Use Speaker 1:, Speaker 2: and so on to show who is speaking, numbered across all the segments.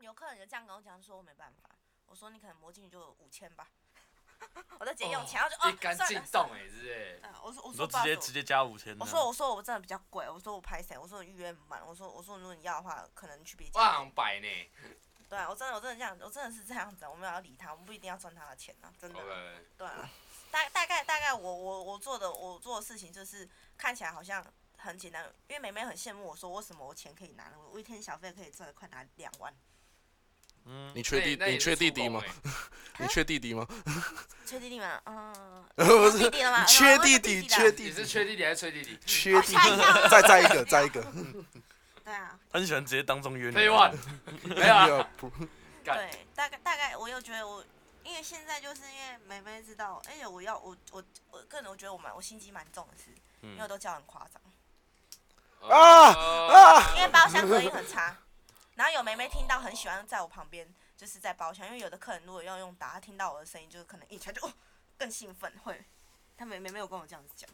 Speaker 1: 有客人就这样跟我讲，说我没办法。我说你可能摸进去就五千吧， 我在直接用钱，然后就
Speaker 2: 一
Speaker 1: 哦
Speaker 2: 杆
Speaker 1: 算
Speaker 2: 进
Speaker 1: 了算
Speaker 2: 洞
Speaker 1: 了。
Speaker 2: 哎，是不是？
Speaker 1: 嗯，我说我
Speaker 3: 欸你
Speaker 1: 说
Speaker 3: 都
Speaker 1: 不
Speaker 3: 直
Speaker 1: 好意
Speaker 3: 接
Speaker 1: 思
Speaker 3: 直接嗯啊加五千。
Speaker 1: 我说我说我真的比较贵，我说我拍谁，我说预约满，我说我说如果你要的话，可能去别
Speaker 2: 我好
Speaker 1: 家。
Speaker 2: 像摆呢。
Speaker 1: 对啊，我真的我真的这样，我真的是这样子，我没有要理他，我们不一定要赚他的钱啊，真的。
Speaker 2: OK，
Speaker 1: 对啊，大大概大概我我我做的我做的事情就是看起来好像很简单，因为妹妹很羡慕我说为什么我钱可以拿，我我一天小费可以赚快拿两万，
Speaker 3: 嗯，
Speaker 4: 你确
Speaker 2: 那
Speaker 4: 定
Speaker 2: 也
Speaker 4: 你
Speaker 2: 那也是
Speaker 4: 确弟弟
Speaker 2: 出
Speaker 4: 吗
Speaker 2: 工？ 欸
Speaker 4: 你确弟弟吗？
Speaker 1: 嗯缺弟弟吗？嗯，
Speaker 4: 不是
Speaker 1: 有弟弟了吗？
Speaker 4: 缺
Speaker 1: 哦
Speaker 4: 弟
Speaker 1: 有
Speaker 4: 弟
Speaker 1: 弟，
Speaker 4: 缺
Speaker 1: 弟
Speaker 2: 你
Speaker 4: 弟
Speaker 2: 是
Speaker 4: 弟，
Speaker 2: 缺弟弟还是缺 弟弟？
Speaker 4: 缺弟
Speaker 1: 吓一跳
Speaker 4: 弟，再再一个，再一个，
Speaker 1: 了。对啊，
Speaker 3: 他很喜欢直接当中约你。
Speaker 2: 废 话，没有啊，干
Speaker 1: 对，大概大概我又觉得我。因为现在就是因为妹妹知道，而且我要我我我个人我觉得我蛮我心机蛮重的是，因为我
Speaker 3: 嗯，
Speaker 1: 都叫很夸张，
Speaker 2: 呃
Speaker 4: 啊啊
Speaker 1: 因为包厢隔音很差，然后有妹妹听到很喜欢在我旁边，就是在包厢，因为有的客人如果要用打，他听到我的声音，就是可能一拳就哦更兴奋，会。他妹妹没有跟我这样子讲，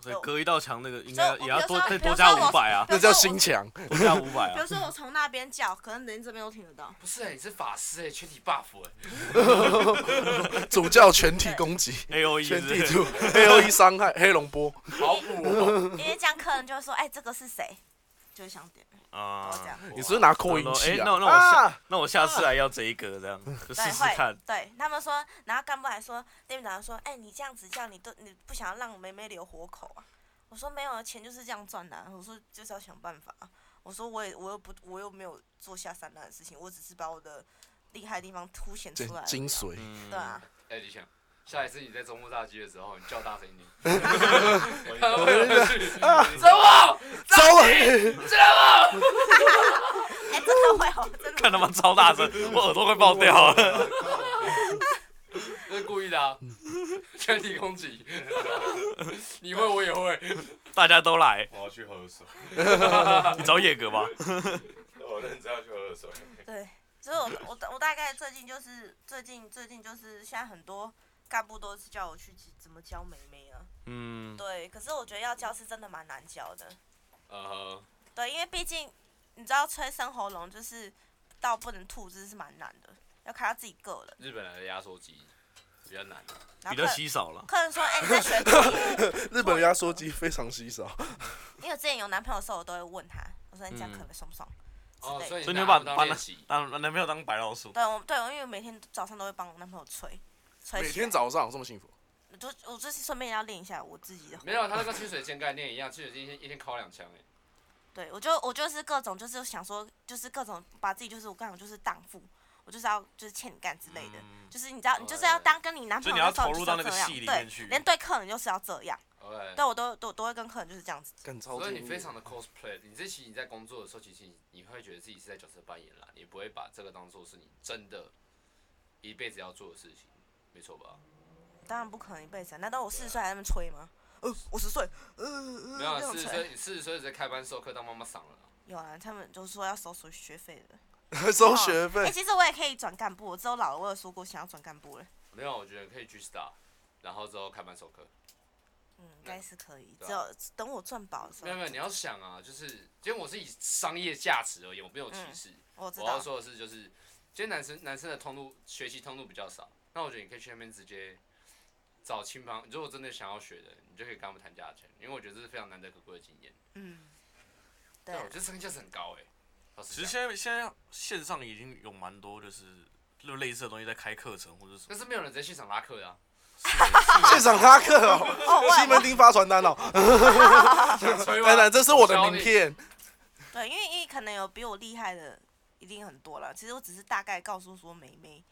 Speaker 3: 所以隔一道墙那个
Speaker 1: 所
Speaker 3: 应
Speaker 1: 以
Speaker 3: 该
Speaker 1: 我
Speaker 3: 也要
Speaker 1: 比如
Speaker 3: 多
Speaker 1: 说
Speaker 3: 再
Speaker 1: 比如
Speaker 3: 多加
Speaker 1: 说
Speaker 3: 五
Speaker 1: 我
Speaker 3: 百啊，
Speaker 1: 比
Speaker 4: 那
Speaker 1: 如
Speaker 4: 叫
Speaker 1: 说
Speaker 4: 心墙。
Speaker 3: 多加五百
Speaker 1: 比如
Speaker 3: 啊。
Speaker 1: 说我从那边叫，可能连这边都听得到。
Speaker 2: 不是哎，你是法师哎，全体 buff 哎。
Speaker 4: 主教全体 攻击，
Speaker 3: A O E
Speaker 4: 全体
Speaker 3: 是
Speaker 4: 出 A O E 伤害黑龙波，
Speaker 2: 好补哦，
Speaker 1: 因为这样客人就会说，哎，这个是谁？就会想点，都
Speaker 3: 啊
Speaker 1: 会这样。
Speaker 4: 你是不是拿扩音
Speaker 3: 然后
Speaker 4: 器
Speaker 3: 哎
Speaker 4: 啊？
Speaker 3: 那那我
Speaker 4: 啊
Speaker 3: 下那我下次来要这一个这样，就试
Speaker 1: 对，
Speaker 3: 试
Speaker 1: 会
Speaker 3: 看。，
Speaker 1: 对他们说，然后干部还说，店长说，哎，你这样子叫你都你不想要让妹妹留活口啊？我说没有啊，钱就是这样赚的啊、我说就是要想办法啊、我说我也我又不我又没有做下三滥的事情，我只是把我的厉害的地方凸显
Speaker 4: 这
Speaker 1: 出来而已啊。
Speaker 4: 精髓，
Speaker 3: 嗯
Speaker 1: 对啊，
Speaker 2: 哎，李强，下一次你在周末大街的时候，你叫大声一点。
Speaker 3: 嗯
Speaker 4: 啊
Speaker 2: 周末，
Speaker 4: 糟了，
Speaker 1: 哎、真的会哦，真的
Speaker 3: 看他妈超大声，我耳朵快爆掉了。
Speaker 2: 这是故意的啊！ 全体攻击， 你会我也会。
Speaker 3: 大家都来，
Speaker 5: 我要去喝水，
Speaker 3: 你找野哥吧。
Speaker 5: 我认真要去喝水。
Speaker 1: 对。所以我我我大概最近就是最近最近就是现在很多干部都是叫我去怎么教妹妹啊，
Speaker 3: 嗯，
Speaker 1: 对，可是我觉得要教是真的蛮难教的。
Speaker 2: 呃，
Speaker 1: 对，因为毕竟你知道吹生喉咙就是到不能吐，这是蛮难的，要看他自己个人。
Speaker 2: 日本来的压缩机比较难，
Speaker 1: 然后
Speaker 3: 比较
Speaker 1: 客人
Speaker 3: 稀少了。
Speaker 1: 客人说：“哎、你在学吐音？
Speaker 4: 日本压缩机非常稀少，
Speaker 1: 因为我之前有男朋友的时候，我都会问他，我说你这样
Speaker 3: 嗯
Speaker 1: 可不可以爽不爽？
Speaker 2: 哦，所以
Speaker 3: 所以
Speaker 2: 拿
Speaker 3: 你把
Speaker 2: 不到
Speaker 3: 把
Speaker 2: 练
Speaker 3: 男
Speaker 2: 习，
Speaker 3: 当男朋友当白老鼠，
Speaker 1: 对，我对，我因为每天早上都会帮我男朋友吹，吹
Speaker 4: 每
Speaker 1: 起
Speaker 4: 天
Speaker 1: 来，
Speaker 4: 早上这么幸福，
Speaker 1: 我就我就是顺便要练一下我自己的。
Speaker 2: 没有啊他那个清水剑概念一样，清水剑一天一天敲两枪哎。
Speaker 1: 对，我就我就是各种就是想说，就是各种把自己就是我刚好就是荡妇，我就是要就是欠你干之类的。就是你知道，你就是要当跟你男朋友的时候
Speaker 3: 嗯所以你要投入到那个
Speaker 1: 就是要
Speaker 3: 戏里
Speaker 1: 这样
Speaker 3: 面去
Speaker 1: 对，连对客人就是要这样。
Speaker 2: OK，
Speaker 1: 对，我都都都会跟客人就是这样子。
Speaker 4: 干超
Speaker 2: 所以
Speaker 4: 敬
Speaker 2: 你
Speaker 4: 业
Speaker 2: 非常的 cosplay，你这期你在工作的时候，其实你你会觉得自己是在角色扮演啦，你不会把这个当做是你真的一辈子要做的事情，没错吧？
Speaker 1: 当然不可能一辈子啊，难道我四十岁还在那么吹吗？呃，我十岁，呃呃，
Speaker 2: 没有啊，
Speaker 1: 那种
Speaker 2: 四十
Speaker 1: 吹。
Speaker 2: 岁，你四十岁在开班授课当妈妈嗓了啦。
Speaker 1: 有啊，他们就说要收学学费的。
Speaker 4: 收学
Speaker 1: 哎、
Speaker 4: 费，
Speaker 1: 其实我也可以转干部，我之后老了，我有说过想要转干部了。
Speaker 2: 没有，我觉得可以去 star，然后之后开班授课。
Speaker 1: 嗯，应该是可以，
Speaker 2: 对啊
Speaker 1: 只有等我赚饱的时候。
Speaker 2: 没有没有，你要想啊，就是因为我是以商业价值而言，我没有歧视。
Speaker 1: 我知
Speaker 2: 我要
Speaker 1: 道。
Speaker 2: 说的是，就是其实男生男生的通路学习通路比较少，那我觉得你可以去那边直接找亲朋，如果真的想要学的，你就可以跟他们谈价钱，因为我觉得这是非常难得可贵的经验。
Speaker 1: 嗯，对
Speaker 2: 对，
Speaker 1: 啊
Speaker 2: 我觉得商业价值很高哎、老
Speaker 3: 其
Speaker 2: 实
Speaker 3: 实
Speaker 2: 讲，
Speaker 3: 现在现在线上已经有蛮多就是就类似的东西在开课程或者什么
Speaker 2: 但是没有人在现场拉客的啊。
Speaker 1: 哎
Speaker 4: 现场拉客
Speaker 1: 哦
Speaker 4: 哦
Speaker 1: 我，
Speaker 4: 西门町发传单哦，
Speaker 1: 啊
Speaker 2: 所以
Speaker 4: 等等，这是我的
Speaker 2: 啊教
Speaker 4: 名
Speaker 2: 你
Speaker 4: 片，
Speaker 1: 对，因为因为可能有比我厉害的一定很多了。其实我只是大概告诉说梅梅，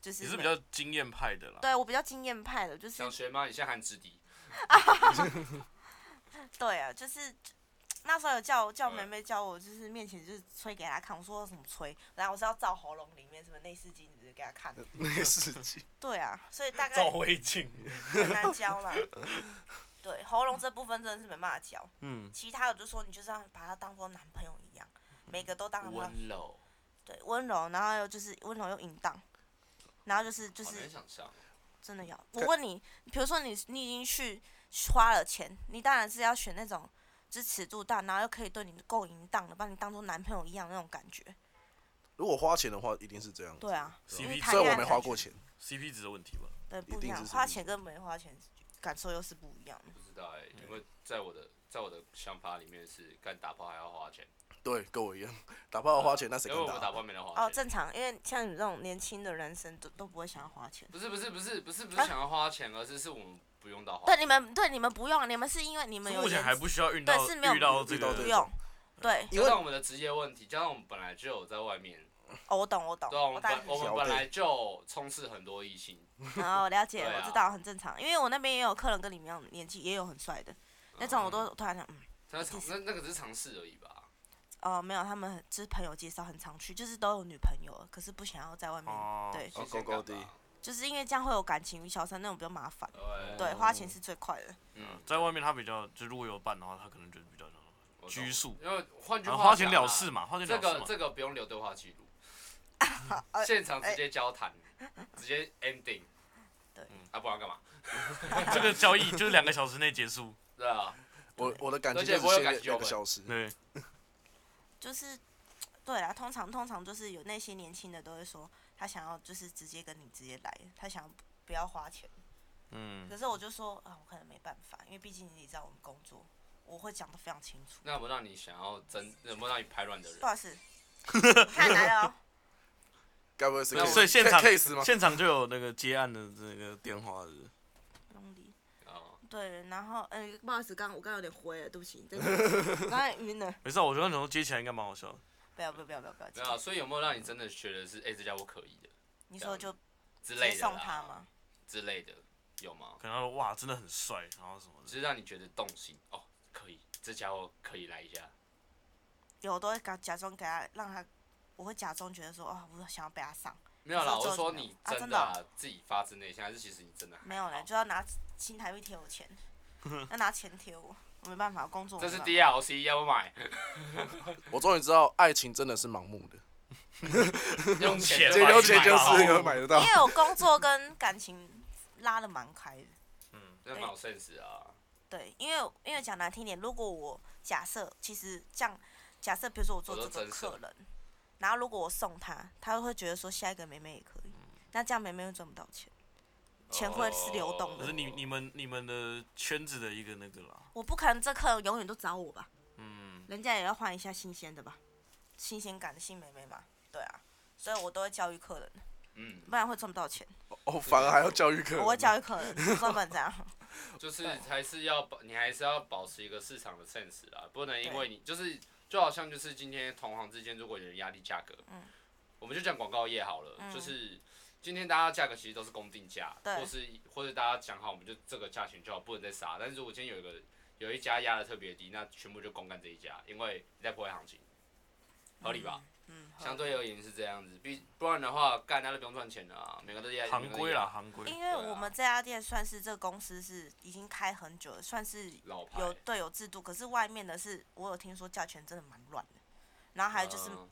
Speaker 1: 就是
Speaker 3: 你是
Speaker 1: 每
Speaker 3: 比较经验派的啦。
Speaker 1: 对我比较经验派的，就是
Speaker 2: 想学吗？你现在含直敌，
Speaker 1: 对啊，就是那时候有叫叫
Speaker 2: 嗯
Speaker 1: 妹妹教我，就是面前就是吹给她看，我说怎么吹，然后我是要照喉咙里面什么内视镜子给她看。
Speaker 2: 呃
Speaker 4: 那是机
Speaker 1: 对啊，所以大概
Speaker 3: 照胃镜，
Speaker 1: 很难教 啦。对，喉咙这部分真的是没办法教，
Speaker 3: 嗯，
Speaker 1: 其他的就说你就是要把他当做男朋友一样，每个都当男朋友，
Speaker 2: 温柔，
Speaker 1: 对，温柔，然后又就是温柔又淫荡。然后就是就
Speaker 2: 好难
Speaker 1: 是
Speaker 2: 想象。
Speaker 1: 真的要，我
Speaker 4: 可
Speaker 1: 问你，比如说你你已经去花了钱，你当然是要选那种就是尺度大，然后又可以对你够淫荡的，把你当做男朋友一样那种感觉。
Speaker 4: 如果花钱的话，一定是这样子。
Speaker 1: 对，哎啊，
Speaker 3: CP
Speaker 1: 因为谈
Speaker 4: 虽然
Speaker 1: 恋
Speaker 4: 我
Speaker 1: 爱
Speaker 4: 没
Speaker 1: 的
Speaker 4: 花
Speaker 1: 感
Speaker 4: 过
Speaker 1: 觉，
Speaker 4: 钱，
Speaker 3: CP 值的问题吧。
Speaker 1: 对，
Speaker 4: 一
Speaker 1: 不一
Speaker 4: 定
Speaker 1: 样，
Speaker 4: 是
Speaker 1: 花
Speaker 4: CP
Speaker 1: 钱跟没花钱感受又是不一样的。
Speaker 2: 不知道哎、因为在我的在我的想法里面是干打炮还要花钱，
Speaker 4: 对，跟我一样，打炮要花钱，那谁
Speaker 2: 因为我
Speaker 4: 敢
Speaker 2: 们打
Speaker 4: 打？
Speaker 2: 炮没人花钱。
Speaker 1: 哦，正常，因为像你们这种年轻的人生都都不会想要花钱。
Speaker 2: 不是不是不是不是不是
Speaker 1: 啊哦
Speaker 2: 想要花钱，而是是我们不用到花
Speaker 1: 对，你们对你们不用，啊你们是因为你们有
Speaker 3: 目前
Speaker 1: 颜
Speaker 3: 还
Speaker 1: 值
Speaker 3: 不需要遇
Speaker 1: 对
Speaker 3: 到
Speaker 1: 是没有
Speaker 3: 遇到这
Speaker 4: 遇到
Speaker 1: 不
Speaker 4: 这
Speaker 3: 个嗯
Speaker 4: 个
Speaker 1: 用，对，
Speaker 2: 加上我们的职业问题，加上我们本来就有在外面，
Speaker 1: 哦我懂我懂，
Speaker 2: 对啊，我
Speaker 1: 我
Speaker 2: 们
Speaker 1: 大概
Speaker 2: 本我们
Speaker 4: 小
Speaker 2: 本
Speaker 4: 辈
Speaker 2: 来就充斥很多异性，
Speaker 1: 然后了解，
Speaker 2: 对啊
Speaker 1: 嗯我知道很正常，因为我那边也有客人跟你们一样年纪，也有很帅的那种，我都突然想，嗯，
Speaker 2: 那尝那那个只是尝试而已吧。
Speaker 1: 哦，没有，他们只是朋友介绍，很常去，就是都有女朋友了，可是不想要在外面，
Speaker 3: 哦
Speaker 1: 对，
Speaker 2: 新
Speaker 4: 哦
Speaker 2: 鲜
Speaker 4: 勾勾
Speaker 2: 感吧
Speaker 4: 的
Speaker 1: 就是因为这样会有感情，小三那种比较麻烦，
Speaker 2: 对，
Speaker 1: 对，花钱是最快的，
Speaker 2: 嗯，
Speaker 3: 在外面他比较，就如果有伴的话，他可能就比较那种
Speaker 2: 我懂
Speaker 3: 拘束，
Speaker 2: 因为换句
Speaker 3: 然
Speaker 2: 话
Speaker 3: 后花钱
Speaker 2: 讲啊
Speaker 3: 了事，嘛，花钱
Speaker 2: 这
Speaker 3: 了事
Speaker 2: 个
Speaker 3: 嘛。
Speaker 2: 这个不用留对话记 录，
Speaker 1: 呃
Speaker 2: 现场直接交谈，直 接 ending。
Speaker 1: 哎对
Speaker 2: 嗯，啊，不然干嘛？
Speaker 3: 这个交易就是两个小时内结 束。
Speaker 2: 对啊，
Speaker 4: 我我的感
Speaker 2: 而
Speaker 4: 情
Speaker 2: 且
Speaker 4: 就是
Speaker 2: 我有
Speaker 4: 限
Speaker 2: 感
Speaker 4: 在
Speaker 2: 觉
Speaker 4: 两个
Speaker 2: 我
Speaker 4: 小时，
Speaker 3: 对，
Speaker 1: 就是。对啦，通常通常就是有那些年轻的都会说，他想要就是直接跟你直接来，他想要不要花钱。
Speaker 3: 嗯，
Speaker 1: 可是我就说啊，我可能没办法，因为毕竟你知道我们工作，我会讲的非常清楚。
Speaker 2: 那有没有让你想要真，有没有让你排卵的人
Speaker 1: 不？好意思，看来了哦，
Speaker 4: 该不会是
Speaker 2: 没有
Speaker 4: case-
Speaker 3: 所以现场
Speaker 4: case 吗？
Speaker 3: 现场就有那个接案的这个电话的，
Speaker 1: 不用理。
Speaker 2: 哦，
Speaker 1: 对，然后嗯、不好意思，刚我刚有点灰了，对不起，对不起， 我刚才晕了。
Speaker 3: 没事啊，我刚刚想说接起来应该蛮好笑的。
Speaker 1: 不要不要不要不要不要这
Speaker 2: 没有啊，
Speaker 1: 样，
Speaker 2: 所以有没有让你真的觉得是，哎，这家我可以的
Speaker 1: 你说就直
Speaker 2: 之
Speaker 1: 接
Speaker 2: 类的啦？
Speaker 1: 送他吗？
Speaker 2: 之类的，有吗？
Speaker 3: 可能他说哇，真的很帅，然后什么
Speaker 2: 只
Speaker 3: 的。
Speaker 2: 是让你觉得动心哦，可以，这家伙可以来一下。
Speaker 1: 有我都会假假装给他，让他，我会假装觉得说啊、我想要被他上，
Speaker 2: 没有啦，
Speaker 1: 你说
Speaker 2: 我
Speaker 1: 之后
Speaker 2: 说
Speaker 1: 怎么样
Speaker 2: 你
Speaker 1: 啊
Speaker 2: 真
Speaker 1: 真的哦
Speaker 2: 的啊自己发自内心，还是其实你真的还
Speaker 1: 没有
Speaker 2: 好
Speaker 1: 嘞，就要拿新台币贴我钱，要拿钱贴我，我没办法，工作我
Speaker 2: 这
Speaker 1: 没
Speaker 2: 是
Speaker 1: 办法
Speaker 2: DLC 要不要买，
Speaker 4: 我终于知道爱情真的是盲目的，
Speaker 2: 用钱
Speaker 3: 直
Speaker 4: 这
Speaker 3: 接
Speaker 2: 买
Speaker 4: 有
Speaker 3: 用
Speaker 4: 钱
Speaker 2: 买
Speaker 4: 就
Speaker 2: 到
Speaker 4: 是有买得到
Speaker 1: 因。为我工作跟感情拉的蛮开的。嗯
Speaker 2: 那蛮有 sense 啊。
Speaker 1: 对，因为因为讲难听点，如果我假设其实这样，假设比如说我做
Speaker 2: 我
Speaker 1: 这
Speaker 2: 都
Speaker 1: 个
Speaker 2: 真
Speaker 1: 客
Speaker 2: 是
Speaker 1: 人，然后如果我送他，他会觉得说下一个妹妹也可以，那这样妹妹会赚不到钱，钱会是流动
Speaker 2: 哦
Speaker 3: 可
Speaker 1: 的
Speaker 3: 是你你们你们的圈子的一个那个啦，
Speaker 1: 我不可能这客人永远都找我吧，
Speaker 3: 嗯，
Speaker 1: 人家也要换一下新鲜的吧，新鲜感的新妹妹嘛，对啊，所以我都会教育客人，
Speaker 2: 嗯，
Speaker 1: 不然会赚不到钱，
Speaker 4: 哦，反而还要教育客人。
Speaker 1: 我会教育客人，根本这样，
Speaker 2: 就是
Speaker 1: 对
Speaker 2: 还是要保，你还是要保持一个市场的 sense 啦，不能因为你就是就好像就是今天同行之间如果有人压低价格，
Speaker 1: 嗯
Speaker 2: 我们就讲广告业好了，
Speaker 1: 嗯
Speaker 2: 就是今天大家价格其实都是公定价，
Speaker 1: 对
Speaker 2: 或是或者大家讲好我们就这个价钱就好，不能再杀。但是如果今天有一个有一家压的特别低，那全部就公干这一家，因为你在破坏行情， 合理吧？
Speaker 1: 嗯，好
Speaker 2: 相对而言是这样子，必不然的话，干那就不用赚钱了、啊，每个都
Speaker 1: 哎
Speaker 2: 压
Speaker 3: 行规啦，，行
Speaker 1: 因
Speaker 3: 规。
Speaker 1: 为
Speaker 2: 对啊
Speaker 1: 我们这家店算是这个公司是已经开很久了，算是
Speaker 2: 每个都压老牌
Speaker 1: 有对有制度，可是外面的是我有听说价钱真的蛮乱的，然后还有就是
Speaker 2: 嗯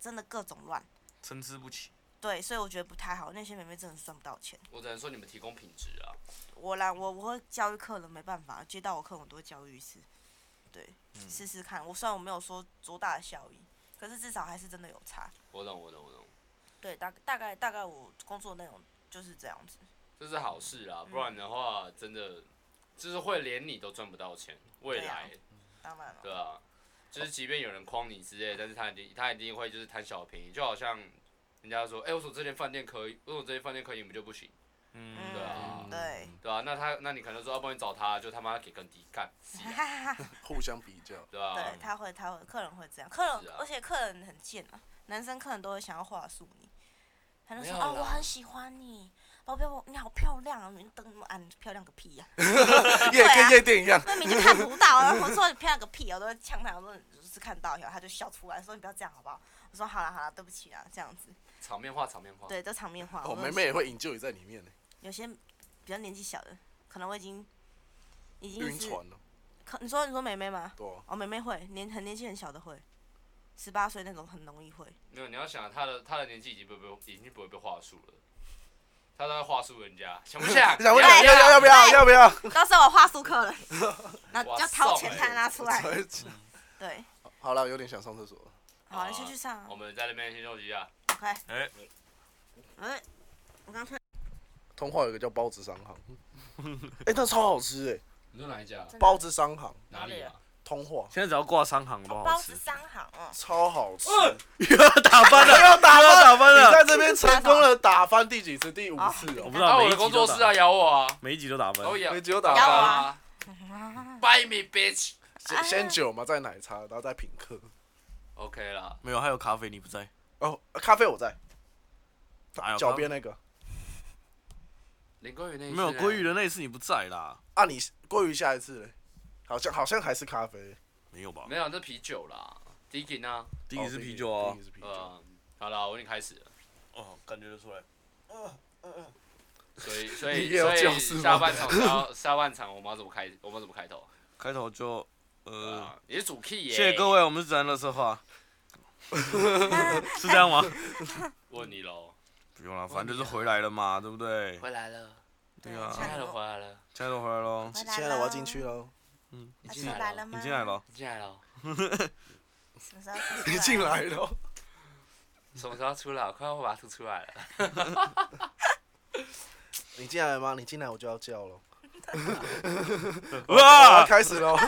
Speaker 1: 真的各种乱，
Speaker 3: 参差不齐。
Speaker 1: 对，所以我觉得不太好，那些妹妹真的是赚不到钱。
Speaker 2: 我只能说你们提供品质啊。
Speaker 1: 我啦，我我会教育客人，没办法，接到我客人我都会教育一次，对，试试看。我虽然我没有说多大的效益，可是至少还是真的有差。
Speaker 2: 我懂，我懂，我懂，
Speaker 1: 对，大大概大概我工作内容就是这样子，
Speaker 2: 这是好事啊，不然的话，真的就是会连你都赚不到钱，未来，
Speaker 1: 当然了，
Speaker 2: 对啊，就是即便有人诓你之类，但是他一定他一定会就是贪小便宜，就好像人家说，哎、我说这间饭店可以，我说这间饭店可以，你们就不行，
Speaker 3: 嗯，
Speaker 2: 对啊
Speaker 1: 嗯，对，
Speaker 2: 对啊，那他那你可能说，要不然你找他，就他妈给更低干，
Speaker 1: 嗯
Speaker 2: 是啊
Speaker 4: 互相比较，
Speaker 2: 对啊，
Speaker 1: 对，他会，他会，客人会这样，客人，
Speaker 2: 是啊
Speaker 1: 而且客人很贱啊，男生客人都会想要话术你，他就说
Speaker 2: 没有
Speaker 1: 哦，
Speaker 2: 啦
Speaker 1: 我很喜欢你，宝贝，我你好漂亮啊，你等俺漂亮个屁呀、
Speaker 4: 夜
Speaker 1: 啊
Speaker 4: 跟夜店一样，
Speaker 1: 那明就看不到啊，我说你漂亮个屁啊，我都会呛他，我说你就是看到以后，他就笑出来，说你不要这样好不好？我说好了好了，对不起啊，这样子，
Speaker 2: 场面化，场面化，
Speaker 1: 对，都场面话。
Speaker 4: 哦，
Speaker 1: 我说
Speaker 4: 妹妹也会引咎你在里面呢，
Speaker 1: 有些比较年纪小的，可能我已经已经
Speaker 4: 晕
Speaker 1: 是，
Speaker 4: 船了，
Speaker 1: 可你说你说妹妹吗？
Speaker 4: 对啊
Speaker 1: 哦，妹妹会年很年纪很小的会，十八岁那种很容易会。
Speaker 2: 没有，你要想他的他的年纪已经不被已经不会被话术了，他都在话术人家，想不想？
Speaker 4: 想不想要要要不要要不要？
Speaker 1: 到时候我话术客人，那
Speaker 2: 哇
Speaker 1: 要掏
Speaker 2: 送
Speaker 1: 钱
Speaker 2: 欸
Speaker 1: 才拿出来。
Speaker 4: 我才
Speaker 1: 对，
Speaker 4: 好了，有点想上厕所了。
Speaker 1: 好，
Speaker 2: 好
Speaker 1: 你先
Speaker 2: 啊
Speaker 1: 去上啊
Speaker 2: 我。们在那边先休息一下。
Speaker 1: OK，
Speaker 3: 哎，
Speaker 1: 哎，我刚退。
Speaker 4: 通化有一个叫包子商行， 哎、那超好吃哎、
Speaker 2: 你说哪一家？
Speaker 1: 真的
Speaker 4: 包子商行
Speaker 2: 哪里啊？
Speaker 4: 通化
Speaker 3: 现在只要挂商行都
Speaker 1: 包
Speaker 3: 好
Speaker 1: 子
Speaker 3: 吃。
Speaker 1: 商行哦，
Speaker 4: 超好吃。
Speaker 2: 呃
Speaker 3: 又要打翻了，
Speaker 4: 要 打
Speaker 3: 又要打翻
Speaker 4: 你
Speaker 3: 了。
Speaker 4: 在这边成功了打翻第几次？第五次
Speaker 3: 我
Speaker 4: 哦、
Speaker 3: 不知
Speaker 2: 啊，
Speaker 3: 道，每
Speaker 2: 我
Speaker 3: 一
Speaker 2: 的
Speaker 3: 集
Speaker 2: 工
Speaker 3: 都
Speaker 2: 作室，
Speaker 3: 打
Speaker 2: 啊，咬我啊，
Speaker 3: 每一集都打翻。
Speaker 2: 都咬
Speaker 4: 你，只有打
Speaker 1: 咬
Speaker 4: 翻
Speaker 1: 我
Speaker 4: 啊，
Speaker 1: 啊
Speaker 2: ，Buy me bitch。
Speaker 4: 先先酒嘛，再奶茶，然后再品客。
Speaker 2: OK 啦，
Speaker 3: 没有，还有咖啡，你不在。
Speaker 4: 哦，咖啡我在
Speaker 3: 哪有
Speaker 4: 脚边那个
Speaker 2: 林鲑鱼那一次
Speaker 3: 没有
Speaker 2: 呢
Speaker 3: 鲑鱼的那一次你不在啦，
Speaker 4: 啊，你过于下一次嘞，好像好像还是咖啡。
Speaker 3: 没有吧？
Speaker 2: 没有，这啤酒啦，Dicky 呢？
Speaker 3: 第一是啤酒啊
Speaker 4: 第一。是啤酒。
Speaker 2: 呃，好了，我已经开始了，
Speaker 3: 哦，感觉得出来。
Speaker 2: 所 以所
Speaker 4: 你
Speaker 2: 以
Speaker 4: 也有
Speaker 2: 所
Speaker 4: 教
Speaker 2: 以
Speaker 4: 室吗
Speaker 2: 下半场下下半场我们要怎么开？我们要怎么开头？
Speaker 3: 开头就呃，
Speaker 2: 啊，也是主 key 耶。
Speaker 3: 谢谢各
Speaker 2: 位，
Speaker 3: 位，我们是自然乐色 话，是这样吗？
Speaker 2: 问你喽，
Speaker 3: 不用了，反正就是回来了嘛，对不对？
Speaker 2: 回来了，
Speaker 3: 对啊
Speaker 2: 亲爱的回来了，
Speaker 3: 现在都回来喽，
Speaker 1: 回
Speaker 4: 现在我要进去喽，
Speaker 2: 你
Speaker 1: 啊
Speaker 2: 进
Speaker 1: 出来了
Speaker 2: 了，
Speaker 1: 吗？
Speaker 3: 你进来。了，
Speaker 2: 你进来了，
Speaker 1: 什么时候出来？
Speaker 4: 你 进来喽。
Speaker 2: 什么时候出来？快要把它吐出来了。
Speaker 4: 你进来了吗？你进来我就要叫了。啊，
Speaker 3: 哇！
Speaker 4: 开始喽！哦，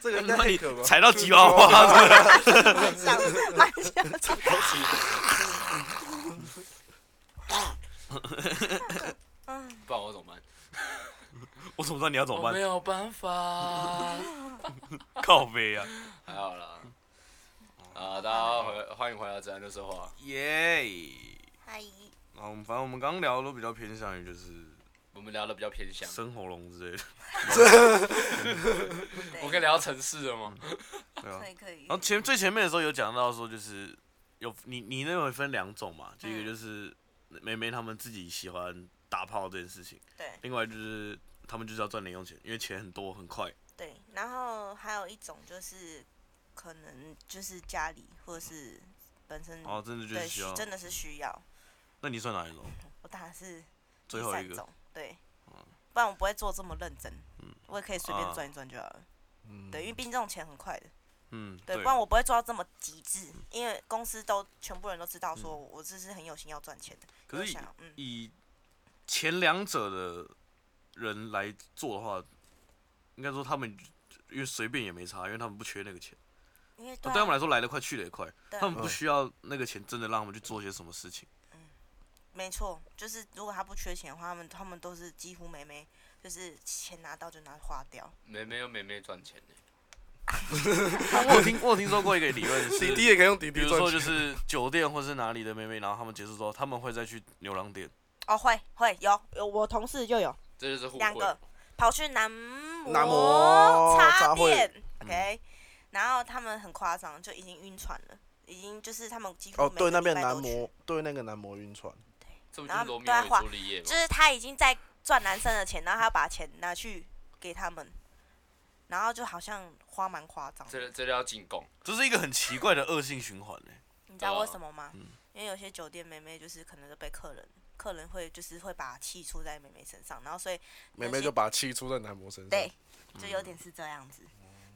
Speaker 4: 这个应该
Speaker 3: 那
Speaker 4: 可
Speaker 3: 你
Speaker 4: 以吧？
Speaker 3: 踩到啊吉娃娃，
Speaker 1: 蛮 像，蛮像这个。
Speaker 2: 不然我怎么办？
Speaker 3: 我怎么知道你要怎么
Speaker 2: 我没
Speaker 3: 办？
Speaker 2: 有办法。
Speaker 3: 靠背啊！
Speaker 2: 还好啦。啊，大家回欢迎回到自然的说话。
Speaker 3: 耶！
Speaker 1: 嗨，
Speaker 3: 然后我们反正我们刚刚聊的都比较偏向于就是
Speaker 2: 我们聊的比较偏向，
Speaker 3: 生喉咙之类的，
Speaker 2: 我可以聊到城市了吗？
Speaker 3: 对啊
Speaker 1: 可。以可以。
Speaker 3: 然后前最前面的时候有讲到说，就是有你你那会分两种嘛，就一个
Speaker 1: 嗯
Speaker 3: 就是妹妹她们自己喜欢打炮这件事情，
Speaker 1: 对
Speaker 3: 另外就是她们就是要赚零用钱，因为钱很多很快。
Speaker 1: 对，然后还有一种就是，可能就是家里或者是本身
Speaker 3: 哦，真的就
Speaker 1: 嗯
Speaker 3: 是
Speaker 1: 对
Speaker 3: 需
Speaker 1: 需
Speaker 3: 要。
Speaker 1: 真的是需要。
Speaker 3: 那你算哪一种？
Speaker 1: 我当然是
Speaker 3: 最
Speaker 1: 第
Speaker 3: 后
Speaker 1: 三
Speaker 3: 一个。嗯
Speaker 1: 种，对，不然我不会做这么认真。我也可以随便
Speaker 3: 啊
Speaker 1: 转一转就好了。
Speaker 4: 嗯
Speaker 1: 对，因为毕竟这种钱很快的，
Speaker 3: 嗯，
Speaker 1: 对，不然我不会做到这么极致，因为公司都全部人都知道，说我这是很有心要赚钱的。
Speaker 3: 嗯可是
Speaker 1: 我
Speaker 3: 以
Speaker 1: 想要，嗯，
Speaker 3: 以前两者的人来做的话，应该说他们因为随便也没差，因为他们不缺那个钱。
Speaker 1: 因为对
Speaker 3: 哦对
Speaker 1: 啊
Speaker 3: 他们来说来得快去得也快，
Speaker 1: 对啊
Speaker 3: 他们不
Speaker 4: 嗯
Speaker 3: 需要那个钱真的让他们去做些什么事情。
Speaker 1: 没错，就是如果他不缺钱的话，他们他们都是几乎每每就是钱拿到就拿花掉。
Speaker 2: 妹妹有妹妹赚钱呢。
Speaker 3: 我有听我有听说过一个理论是，
Speaker 4: 滴滴也可以用滴
Speaker 3: 比
Speaker 4: 滴
Speaker 3: 如
Speaker 4: 赚
Speaker 3: 说
Speaker 4: 钱
Speaker 3: 就。是酒店或是哪里的妹妹，然后他们结束之后，他们会再去牛郎店。
Speaker 1: 哦，会会有有，我同事就有
Speaker 2: 这就是互
Speaker 1: 两
Speaker 2: 惠。
Speaker 1: 个跑去南模
Speaker 4: 南模
Speaker 1: 茶
Speaker 4: 茶会嗯
Speaker 1: 店，OK，、然后他们很夸张，就已经晕船了，已经就是他们几乎
Speaker 4: 哦，
Speaker 1: 每个
Speaker 4: 对，那
Speaker 1: 礼
Speaker 4: 边
Speaker 1: 拜
Speaker 4: 男
Speaker 1: 都去
Speaker 4: 模，对那个男模晕船，
Speaker 2: 这不就
Speaker 1: 然后
Speaker 2: 是罗密
Speaker 1: 对啊
Speaker 2: 欧与
Speaker 1: 花
Speaker 2: 朱丽叶吗
Speaker 1: 就？是他已经在赚男生的钱，然后他把钱拿去给他们，然后就好像花蛮夸张的。
Speaker 2: 这这叫进贡。
Speaker 3: 这是一个很奇怪的恶性循环欸呢、
Speaker 1: 你知道为什么吗？因为有些酒店妹妹就是可能都被客人，客人会就是会把气出在妹妹身上，然后所以
Speaker 4: 妹妹就把气出在男模身上。
Speaker 1: 对，就有点是这样子。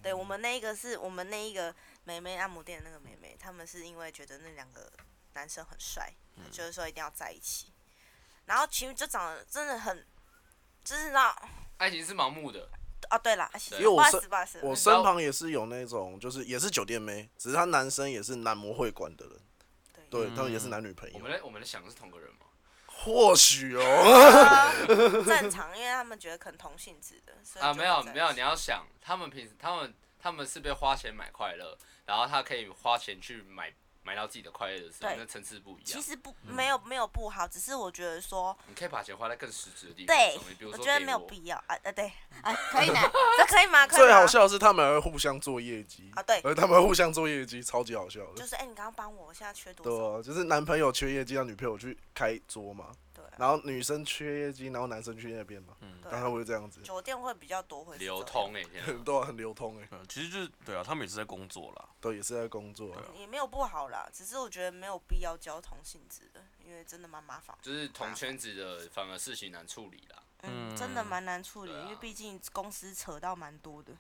Speaker 1: 对我们那一个是我们那一个妹妹按摩店的那个妹妹，他们是因为觉得那两个男生很帅，
Speaker 4: 嗯
Speaker 1: 就是说一定要在一起，然后其实就长得真的很，就是那
Speaker 2: 爱情是盲目的，
Speaker 1: 哦对了，不
Speaker 2: 对
Speaker 4: 因为我
Speaker 1: 好意
Speaker 4: 是
Speaker 1: 思不好意思，嗯
Speaker 4: 我身旁也是有那种，就是也是酒店妹，只是他男生也是男模会馆的人，
Speaker 1: 对，
Speaker 4: 对他们也是男女
Speaker 1: 哎
Speaker 4: 朋
Speaker 2: 嗯我
Speaker 4: 友
Speaker 2: 们。在我们在想的是同个人吗？
Speaker 4: 或许 哦，
Speaker 1: 正常，因为他们觉得可能同性质的，所以
Speaker 2: 啊，
Speaker 1: 就
Speaker 2: 没有
Speaker 1: 会在一
Speaker 2: 没有，
Speaker 1: 起
Speaker 2: 你要想，他们平时他们他们是被花钱买快乐，然后他可以花钱去买买到自己的快乐的时候，
Speaker 1: 对
Speaker 2: 那层次不一
Speaker 1: 其
Speaker 2: 样。
Speaker 1: 实不
Speaker 4: 嗯
Speaker 1: 没有没有不好，只是我觉得说，
Speaker 2: 你可以把钱花在更实质的地方
Speaker 1: 对
Speaker 2: 上面，比，如
Speaker 1: 我
Speaker 2: 说
Speaker 1: 觉
Speaker 2: 给
Speaker 1: 得
Speaker 2: 我
Speaker 1: 没有必要啊啊对 啊可以的，这可以吗？可以
Speaker 4: 最
Speaker 1: 吗
Speaker 4: 好笑的是他们还会互相做业绩
Speaker 1: 啊对
Speaker 4: 而他们互相做业绩，超级好笑
Speaker 1: 就
Speaker 4: 的。
Speaker 1: 是哎，你刚刚帮我，我现在缺多
Speaker 4: 对
Speaker 1: 少？
Speaker 4: 啊，就是男朋友缺业绩，让女朋友去开桌嘛，
Speaker 1: 对啊
Speaker 4: 然后女生缺业绩，然后男生去那边嘛，
Speaker 2: 嗯
Speaker 1: 对
Speaker 4: 然
Speaker 1: 啊，
Speaker 4: 后会这样子，
Speaker 1: 酒店会比较多会是这
Speaker 2: 流
Speaker 1: 样，
Speaker 2: 通哎、天 啊
Speaker 4: 很多很流通哎、
Speaker 3: 嗯，其实就是对啊，他们也是在工作啦。
Speaker 4: 都也是在工作啊、
Speaker 1: 也没有不好啦，只是我觉得没有必要交同性质的，因为真的蛮麻烦，
Speaker 2: 就是同圈子的反而事情难处理啦。
Speaker 1: 嗯，真的蛮难处理，
Speaker 2: 嗯对啊
Speaker 1: 因为毕竟公司扯到蛮多的，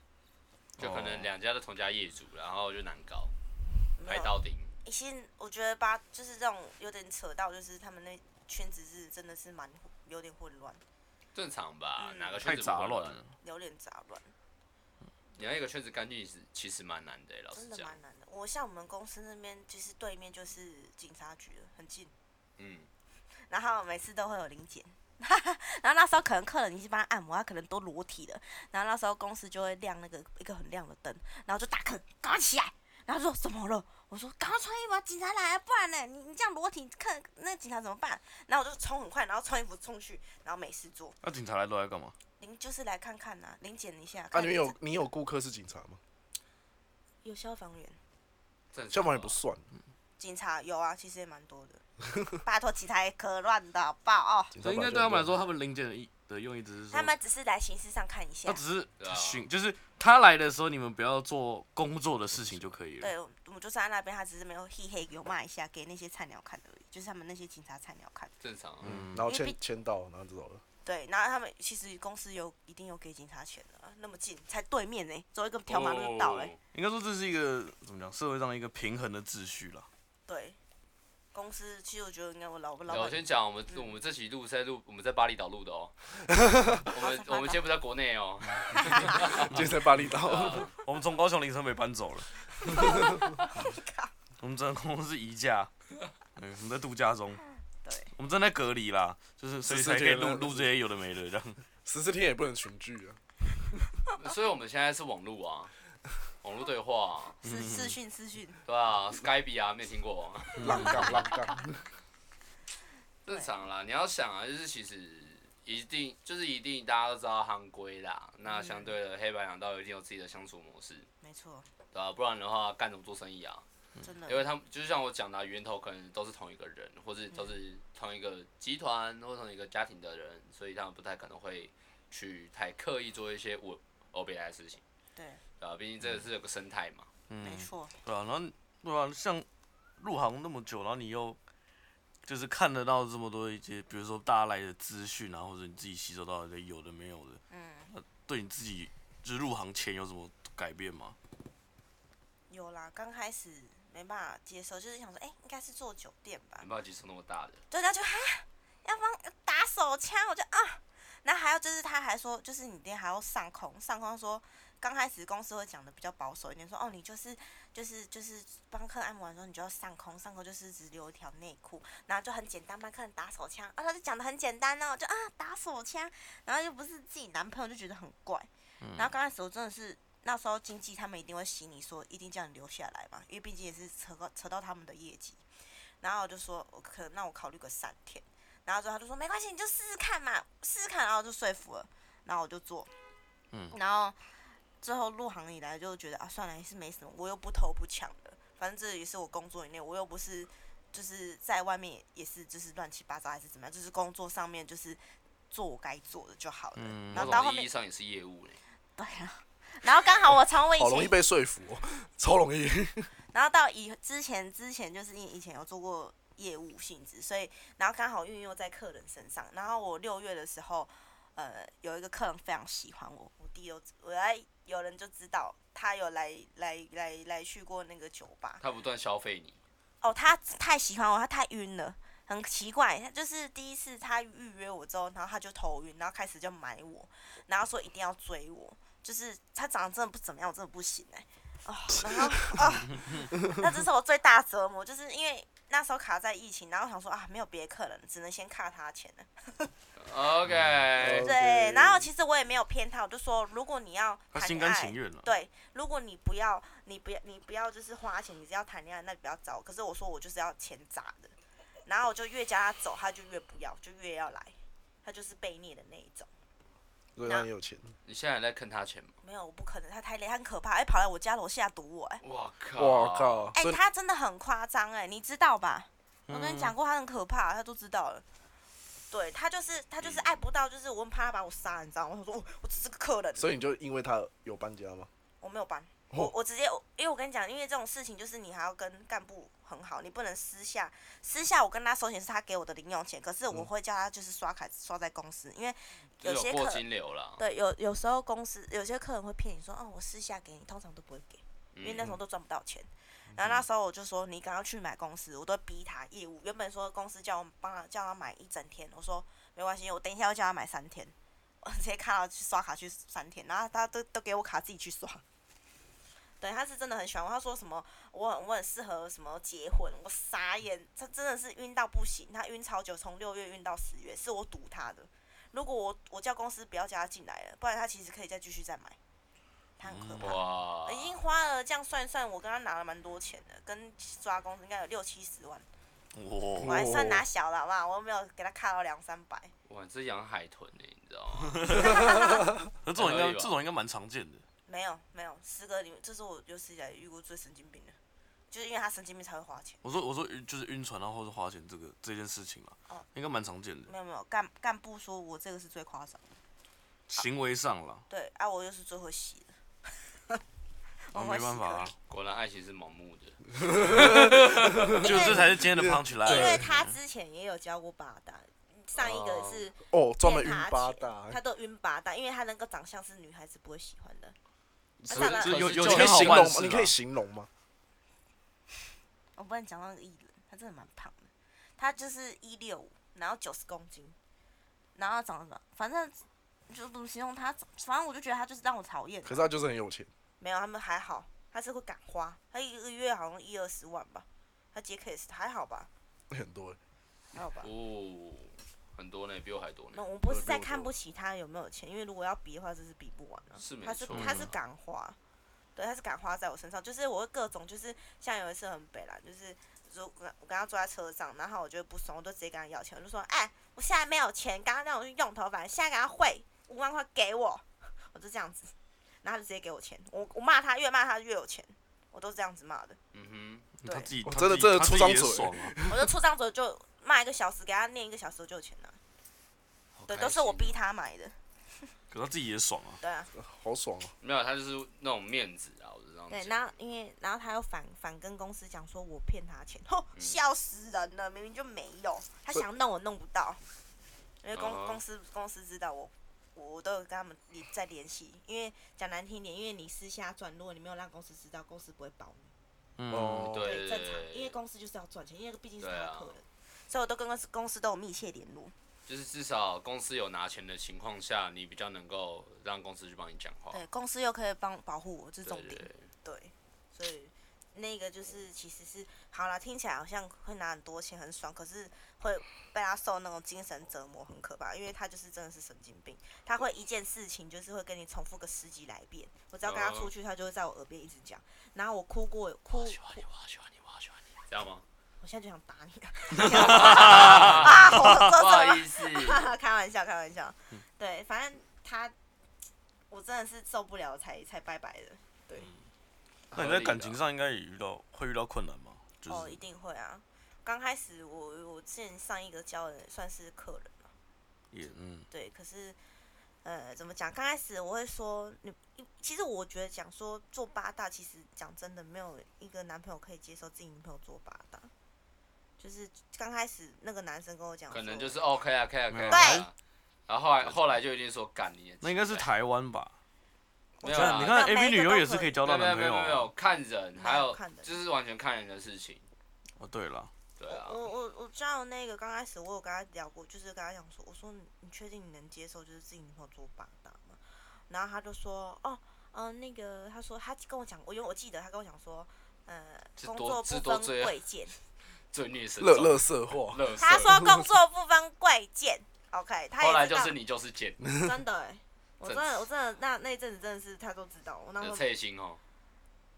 Speaker 2: 就可
Speaker 3: 哦
Speaker 2: 能两家都同家业主，然后就难搞，
Speaker 1: 没
Speaker 2: 拍
Speaker 1: 有
Speaker 2: 到顶。
Speaker 1: 欸其实我觉得吧，就是这种有点扯到，就是他们那圈子是真的是蛮混有点混乱，
Speaker 2: 正常吧，
Speaker 1: 嗯
Speaker 2: 哪个圈
Speaker 3: 太
Speaker 2: 子不
Speaker 3: 杂
Speaker 2: 混
Speaker 3: 乱了。。
Speaker 1: 有点杂乱，
Speaker 2: 你要一个圈子干净是其实蛮难的、欸老实
Speaker 1: 真的
Speaker 2: 讲。
Speaker 1: 蛮难的。我像我们公司那边，就是对面就是警察局了，很近，
Speaker 2: 嗯，
Speaker 1: 然后每次都会有零检。 然后那时候可能客人已经帮他按摩，他可能都裸体了。然后那时候公司就会亮那个一个很亮的灯，然后就大客人赶快起来。然后说怎么了？我说赶快穿衣服啊，警察来了，不然呢？你你这样裸体，看那警察怎么办？然后我就冲很快，然后穿衣服冲去，然后没事做。
Speaker 3: 那警察来都来干嘛？
Speaker 1: 零就是来看看呐、零检一下。
Speaker 4: 啊，
Speaker 1: 看
Speaker 4: 你们
Speaker 1: 你
Speaker 4: 有
Speaker 1: 这
Speaker 4: 你有顾客是警察吗？
Speaker 1: 有消防员、
Speaker 2: 正常。啊
Speaker 4: 消防员不。算，
Speaker 1: 警察有啊，其实也蛮多的。拜托，其他也可乱的好不好？哦
Speaker 4: 警察
Speaker 3: 这应该
Speaker 4: 本来
Speaker 3: 对他们来
Speaker 4: 就
Speaker 3: 说，他们零检的意的用意只
Speaker 4: 嗯
Speaker 3: 是说
Speaker 1: 他，们只是来形式上看一下
Speaker 3: 他。只是
Speaker 2: 对啊
Speaker 3: 巡，就是他来的时候，你们不要做工作的事情就可以了。
Speaker 1: 对，我们就站在那边，他只是没有嘿嘿有骂一下给那些菜鸟看而已，就是他们那些警察菜鸟看。
Speaker 2: 正常啊、
Speaker 3: 嗯
Speaker 4: 不一样，然
Speaker 1: 因
Speaker 4: 后
Speaker 1: 为
Speaker 4: 签
Speaker 1: 毕
Speaker 4: 签到，然后就走了。
Speaker 1: 对，然后他们其实公司有一定有给警察钱的啊，那么近，才对面呢、走一个条马路就到了、
Speaker 2: 哦
Speaker 3: 应该说这是一个怎么讲，社会上的一个平衡的秩序啦。
Speaker 1: 对，公司其实我觉得应该我老我
Speaker 2: 对
Speaker 1: 老
Speaker 2: 我
Speaker 1: 板嗯
Speaker 2: 先讲，我们我们这期录是在录我们在巴厘岛录 的哦。我们我们今天不在国内哦。
Speaker 3: 啊
Speaker 4: 今天在巴厘岛，
Speaker 3: 我们从高雄凌晨被搬走了，
Speaker 1: 靠
Speaker 3: 我们真的公司移驾，对，我们在度假中，
Speaker 1: 对，
Speaker 3: 我们正在隔离啦，就是所以才可以录
Speaker 4: 14天了
Speaker 3: 录这些有的没的这样。
Speaker 4: 十四天也不能群聚啊。
Speaker 2: 所以我们现在是网路啊，网路对话、啊，
Speaker 1: 私私讯私讯，
Speaker 2: 对啊，Skype 啊，没有听过、
Speaker 3: 嗯
Speaker 4: 浪杠浪杠，
Speaker 2: 正常啦，你要想啊，就是其实一定就是一定大家都知道行规啦，那
Speaker 1: 嗯
Speaker 2: 相对的黑白两道一定有自己的相处模式，
Speaker 1: 没错，
Speaker 2: 对吧、不然的话干怎么做生意啊？
Speaker 1: 真的
Speaker 2: 因为他们就像我讲的啊、源头可能都是同一个人，或是
Speaker 1: 嗯
Speaker 2: 都是同一个集团或同一个家庭的人，所以他们不太可能会去太刻意做一些我欧别来的事情，
Speaker 1: 对，
Speaker 2: 对吧、啊毕竟这
Speaker 1: 嗯
Speaker 2: 个是有个生态嘛。
Speaker 1: 没
Speaker 3: 嗯，
Speaker 1: 错，
Speaker 3: 对啊，然后对啊，像入行那么久，然后你又就是看得到这么多一些，比如说大家来的资讯啊，或者你自己吸收到的有的没有的，
Speaker 1: 嗯。
Speaker 3: 对你自己就是入行前有什么改变吗？
Speaker 1: 有啦，刚开始没办法接受，就是想说，哎、应该是做酒店吧
Speaker 2: 你，不要接受那么大的，
Speaker 1: 对，他就哈，要帮打手枪，我就啊，然后还有就是他还说，就是你店还要上空，上空说。刚开始公司会讲的比较保守一点，说哦，你就是就是就是帮客人按摩完之后，你就要上空，上空就是只留一条内裤，然后就很简单帮客人打手枪，啊、他就讲的很简单哦，就啊打手枪，然后又不是自己男朋友，就觉得很怪。
Speaker 3: 嗯
Speaker 1: 然后刚开始我真的是那时候经纪他们一定会洗你说，一定叫你留下来嘛，因为毕竟也是扯到扯到他们的业绩。然后我就说，我可能让我考虑个三天。然后之后他就说没关系，你就试试看嘛，试试看。然后我就说服了，然后我就做。
Speaker 3: 嗯。
Speaker 1: 然后最后入行以来就觉得啊，算了，也是没什么，我又不偷不抢的，反正这也是我工作以内，我又不是就是在外面也是就是乱七八糟还是怎么样，就是工作上面就是做我该做的就好了。
Speaker 3: 嗯
Speaker 1: 然后
Speaker 2: 某
Speaker 1: 到后
Speaker 2: 种意
Speaker 1: 面
Speaker 2: 义上也是业务嘞、
Speaker 1: 对啊，然后刚好我从我以
Speaker 4: 好容易
Speaker 1: 前，
Speaker 4: 被说服、哦，超 容易。
Speaker 1: 然后到以之前之前就是因为以前有做过业务性质，所以然后刚好运用在客人身上。然后我六月的时候，呃，有一个客人非常喜欢我，我弟有我来有人就知道他有来来来来去过那个酒吧，
Speaker 2: 他不断消费你，
Speaker 1: 哦，他太喜欢我，他太晕了，很奇怪。他就是第一次他预约我之后，然后他就头晕，然后开始就买我，然后说一定要追我，就是他长得真的不怎么样，我真的不行哎、哦，然后哦， 那这是我最大折磨，就是因为那时候卡在疫情，然后我想说啊，没有别的客人，只能先卡他钱了。
Speaker 2: OK，、
Speaker 4: 嗯
Speaker 1: 对，然后其实我也没有偏袒，我就说如果你要
Speaker 3: 他
Speaker 1: 谈
Speaker 3: 心
Speaker 1: 恋
Speaker 3: 甘
Speaker 1: 爱
Speaker 3: 情愿了。
Speaker 1: 对，如果你不要，你不要，你不要就是花钱，你只要谈恋爱，那你不要找我。可是我说我就是要钱砸的，然后我就越叫他走，他就越不要，就越要来，他就是被虐的那一种。
Speaker 4: 所以他也有钱。
Speaker 2: 你现在还在坑他钱吗？
Speaker 1: 没有，我不可能，他太累，他很可怕，哎、跑来我家楼下堵我、哎
Speaker 2: 我靠！
Speaker 4: 我！靠！
Speaker 1: 哎、
Speaker 4: 所以
Speaker 1: 他真的很夸张，哎，你知道吧？我跟你
Speaker 3: 嗯
Speaker 1: 讲过，他很可怕，他都知道了。对他就是他
Speaker 3: 嗯
Speaker 1: 就是爱不到，就是我很怕他把我杀，你知道吗？我想说，哦我只是个客人，
Speaker 4: 所以你就因为他有搬家吗？
Speaker 1: 我没有搬，我我直接，我因为我跟你讲，因为这种事情就是你还要跟干部很好，你不能私下私下我跟他收钱是他给我的零用钱，可是我会叫他就是刷卡刷在公司，因为
Speaker 2: 就
Speaker 1: 有
Speaker 2: 是
Speaker 1: 些
Speaker 2: 有
Speaker 1: 客
Speaker 2: 过
Speaker 1: 人
Speaker 2: 金流啦。
Speaker 1: 对有有时候公司有些客人会骗你说，哦我私下给你，通常都不会给，
Speaker 2: 嗯
Speaker 1: 因为那时候都赚不到钱。然后那时候我就说你赶快去买公司，我都逼他业务。原本说公司叫我帮他叫他买一整天，我说没关系，我等一下要叫他买三天，我直接看他去刷卡去三天，然后他都都给我卡自己去刷。对，他是真的很喜欢我。他说什么我很我很适合什么结婚，我傻眼，他真的是晕到不行，他晕超久，从六月晕到十月，是我堵他的。如果我我叫公司不要叫他进来了，不然他其实可以再继续再买，他很可怕。
Speaker 2: 嗯哇，
Speaker 1: 已经花了，这样算一算，我跟他拿了蛮多钱的，跟抓公司应该有六七十万，
Speaker 3: 哦
Speaker 1: 我
Speaker 3: 哇，
Speaker 1: 还算拿小了好不好？我又没有给他卡到两三百。
Speaker 2: 哇，这养海豚呢、你知道吗？
Speaker 3: 那这种应
Speaker 2: 还可以
Speaker 3: 该
Speaker 4: 啊
Speaker 2: 吧
Speaker 3: 这种应该蛮常见的。
Speaker 1: 没有没有，四个里面，这是我有史以来遇过最神经病的，就是因为他神经病才会花钱。
Speaker 3: 我说我说晕就是晕船啊，或者花钱这个这件事情
Speaker 1: 哦
Speaker 3: 啊，应该蛮常见的，
Speaker 1: 没有没有，干干部说我这个是最夸张的，
Speaker 3: 行为上啦，
Speaker 1: 对啊，我又是最会洗的。 我
Speaker 3: 啊
Speaker 1: 会
Speaker 3: 没
Speaker 1: 洗
Speaker 3: 办法
Speaker 1: 客人
Speaker 3: 啊，
Speaker 2: 果然爱情是盲目的。
Speaker 3: 就这才是今天的 punch
Speaker 1: 因为
Speaker 3: line。
Speaker 1: 他之前也有教过八大，上一个是
Speaker 4: 哦，专门
Speaker 1: 练
Speaker 4: 晕
Speaker 1: 爬
Speaker 4: 八
Speaker 1: 前
Speaker 4: 大，哎
Speaker 1: 他都晕八大，因为他那个长相是女孩子不会喜欢的。
Speaker 3: 所
Speaker 1: 当然
Speaker 3: 以就是有
Speaker 2: 可是
Speaker 3: 有
Speaker 4: 你
Speaker 3: 钱
Speaker 4: 可以
Speaker 3: 好
Speaker 4: 形
Speaker 3: 办
Speaker 4: 容
Speaker 3: 事
Speaker 4: 吗？
Speaker 3: 啊
Speaker 4: 你可以形容吗？
Speaker 1: 我不能讲到那个艺人，他真的蛮胖的，他就是一六五，然后九十公斤，然后长得反正就怎么形容他，反正我就觉得他就是让我讨厌。
Speaker 4: 可是他就是很有钱，
Speaker 1: 没有，他们还好，他是会敢花，他一个月好像一二十万吧，他接 case 还好吧，
Speaker 4: 很多欸。
Speaker 1: 还好吧。
Speaker 2: 哦，很多呢，比我还多
Speaker 1: 那
Speaker 2: 呢。
Speaker 1: 我不是
Speaker 4: 对
Speaker 1: 在
Speaker 4: 比我
Speaker 1: 看
Speaker 4: 多
Speaker 1: 不起他有没有钱，因为如果要比的话，这是比不完啊。
Speaker 2: 是没
Speaker 1: 他是
Speaker 2: 错
Speaker 1: 他是敢花，对，他是敢花在我身上，就是我会各种，就是像有一次很北啦，就是如果我跟他坐在车上，然后我就不爽，我就直接跟他要钱，我就说，哎、我现在没有钱，刚刚让我去用头发，现在给他汇五万块给我，我就这样子，然后他就直接给我钱，我我骂他，越骂他越有钱，我都是这样子骂的，
Speaker 2: 嗯
Speaker 1: 对
Speaker 3: 他自己
Speaker 4: 哦
Speaker 3: 他
Speaker 4: 真的
Speaker 3: 自己
Speaker 4: 真的
Speaker 3: 他自己
Speaker 4: 出张
Speaker 3: 也
Speaker 4: 嘴
Speaker 3: 爽啊，
Speaker 1: 我就出张嘴就骂一个小时，给他念一个小时我就有钱了、
Speaker 2: 哼，好
Speaker 1: 对，
Speaker 2: 开
Speaker 1: 都是我
Speaker 2: 心哦
Speaker 1: 逼他买的，
Speaker 3: 可他自己也爽啊。
Speaker 1: 对啊。
Speaker 4: 好爽啊！
Speaker 2: 没有，他就是那种面子啊，我就这样
Speaker 1: 对，
Speaker 2: 讲
Speaker 1: 然后因为然后他又反反跟公司讲说我骗他钱，吼，
Speaker 2: 嗯
Speaker 1: 笑死人了，明明就没有，他
Speaker 4: 所以
Speaker 1: 想弄我弄不到，因为公、
Speaker 2: 哦
Speaker 1: 公司公司知道我。我都有跟他们联在联系，因为讲难听点，因为你私下赚，如果你没有让公司知道，公司不会保你。
Speaker 3: 嗯，
Speaker 4: 哦，
Speaker 2: 对
Speaker 1: 正常，因为公司就是要赚钱，因为毕竟是他
Speaker 2: 对
Speaker 1: 的
Speaker 2: 啊
Speaker 1: 客人，所以我都跟公司公司都有密切联络。
Speaker 2: 就是至少公司有拿钱的情况下，你比较能够让公司去帮你讲话。
Speaker 1: 对，公司又可以帮保护我，这是重点。
Speaker 2: 哦对
Speaker 1: 对，所以那个就是其实是好啦，听起来好像会拿很多钱很爽，可是会被他受那种精神折磨很可怕，因为他就是真的是神经病，他会一件事情就是会跟你重复个十几来遍。我只要跟他出去，他就会在我耳边一直讲，然后我哭过哭，
Speaker 2: 我
Speaker 1: 我
Speaker 2: 喜欢你，我好啊喜欢你，我好喜欢你，知道 吗？
Speaker 1: 现在就想打你 啊！我
Speaker 2: 不
Speaker 1: 这
Speaker 2: 好
Speaker 1: 这
Speaker 2: 意思，
Speaker 1: 开玩笑，开玩笑。对，反正他，我真的是受不了才才拜拜的。
Speaker 3: 那你在感情上应该也遇到会遇到困难吗？就
Speaker 1: 哦，一
Speaker 3: 是
Speaker 1: 定会啊。刚开始我我之前上一个教的算是客人嘛，
Speaker 3: 也嗯，
Speaker 1: 对，可是呃怎么讲？刚开始我会说你，其实我觉得讲说做八大，其实讲真的没有一个男朋友可以接受自己女朋友做八大，就是刚开始那个男生跟我讲说，
Speaker 2: 可能就是 OK
Speaker 1: 嗯
Speaker 2: 啊，OK 啊，OK 啊。
Speaker 3: 对
Speaker 2: OK 啊然后后来后来就一定说干你的鸡，
Speaker 3: 那应该是
Speaker 2: 对
Speaker 3: 台湾吧？
Speaker 2: 没
Speaker 3: 你
Speaker 2: 有啦
Speaker 3: 看，你看
Speaker 1: 那每
Speaker 3: AV
Speaker 1: 一个
Speaker 3: 女优
Speaker 1: 都
Speaker 3: 也是
Speaker 1: 可
Speaker 3: 可以
Speaker 1: 以
Speaker 3: 交
Speaker 2: 没有
Speaker 3: 到
Speaker 2: 没有
Speaker 3: 男朋
Speaker 2: 没
Speaker 3: 友
Speaker 2: 有没
Speaker 3: 啊。
Speaker 2: 有看人，还有
Speaker 1: 看人
Speaker 2: 就是完全看人的事情，
Speaker 3: 哦，对了，
Speaker 2: 对啊
Speaker 1: 我。我我知道那个刚开始我有跟他聊过，就是跟他讲说，我说你你确定你能接受就是自己女朋友做八大吗？然后他就说哦，嗯、那个他说他跟我讲，我因为我记得他跟我讲说，呃，
Speaker 2: 这
Speaker 1: 工
Speaker 2: 多
Speaker 1: 作
Speaker 2: 这
Speaker 1: 不
Speaker 2: 多
Speaker 1: 分
Speaker 2: 罪啊
Speaker 1: 贵 贱，
Speaker 2: 罪孽深重。
Speaker 4: 乐乐色化，
Speaker 2: 乐色。
Speaker 1: 他说工作不分贵贱，OK，他
Speaker 2: 后来
Speaker 1: 也知
Speaker 2: 就
Speaker 1: 道
Speaker 2: 是你就是贱，
Speaker 1: 真的、欸，我
Speaker 2: 正
Speaker 1: 真的我真的那那一阵子真的是他都知道，我那时
Speaker 2: 有
Speaker 1: 候
Speaker 2: 脆心哦。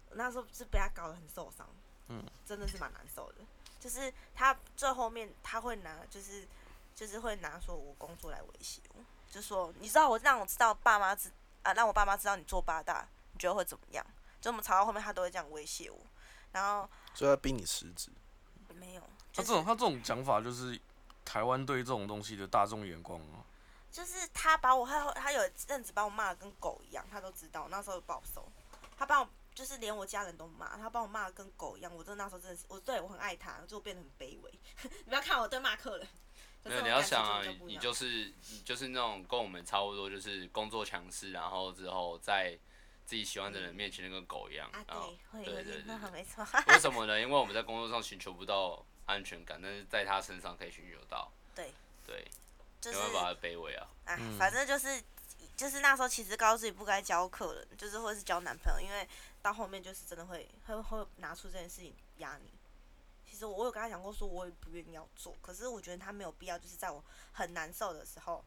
Speaker 1: 我那时候是被他搞得很受伤，
Speaker 3: 嗯，
Speaker 1: 真的是蛮难受的。就是他最后面他会拿，就是就是会拿说我工作来威胁我，就说你知道我让我知道爸妈知啊，让我爸妈知道你做八大，你觉得会怎么样？就我们吵到后面，他都会这样威胁我，然后
Speaker 4: 所以他逼你辞职。
Speaker 1: 没有，就
Speaker 3: 他这
Speaker 1: 是
Speaker 3: 种他这种讲法就是台湾对这种东西的大众眼光啊。
Speaker 1: 就是他把我他他有一阵子把我骂的跟狗一样，他都知道，那时候有暴瘦，他把我就是连我家人都骂，他把我骂的跟狗一样。我真的那时候真的是，我对我很爱他，就我变得很卑微。 你不要看我对骂客人，可
Speaker 2: 没
Speaker 1: 是
Speaker 2: 有，
Speaker 1: 我
Speaker 2: 你要
Speaker 1: 感情
Speaker 2: 想啊
Speaker 1: 真的，不一
Speaker 2: 你
Speaker 1: 样
Speaker 2: 就是你就是那种跟我们差不多，就是工作强势，然后之后在自己喜欢的人面前跟狗一样。
Speaker 1: 啊，
Speaker 2: 然后
Speaker 1: 对，会
Speaker 2: 对
Speaker 1: 有
Speaker 2: 对
Speaker 1: 点
Speaker 2: 对
Speaker 1: 那
Speaker 2: 对
Speaker 1: 没错。
Speaker 2: 为什么呢？因为我们在工作上寻求不到安全感，但是在他身上可以寻求到。
Speaker 1: 对
Speaker 2: 对，
Speaker 1: 就
Speaker 2: 没
Speaker 1: 是
Speaker 2: 办法卑微啊。
Speaker 1: 啊，反正就是就是那时候其实告诉自己不该交客人，就是或是交男朋友，因为到后面就是真的会会会拿出这件事情压你。其实我我有跟他讲过，说我也不愿意要做，可是我觉得他没有必要，就是在我很难受的时候，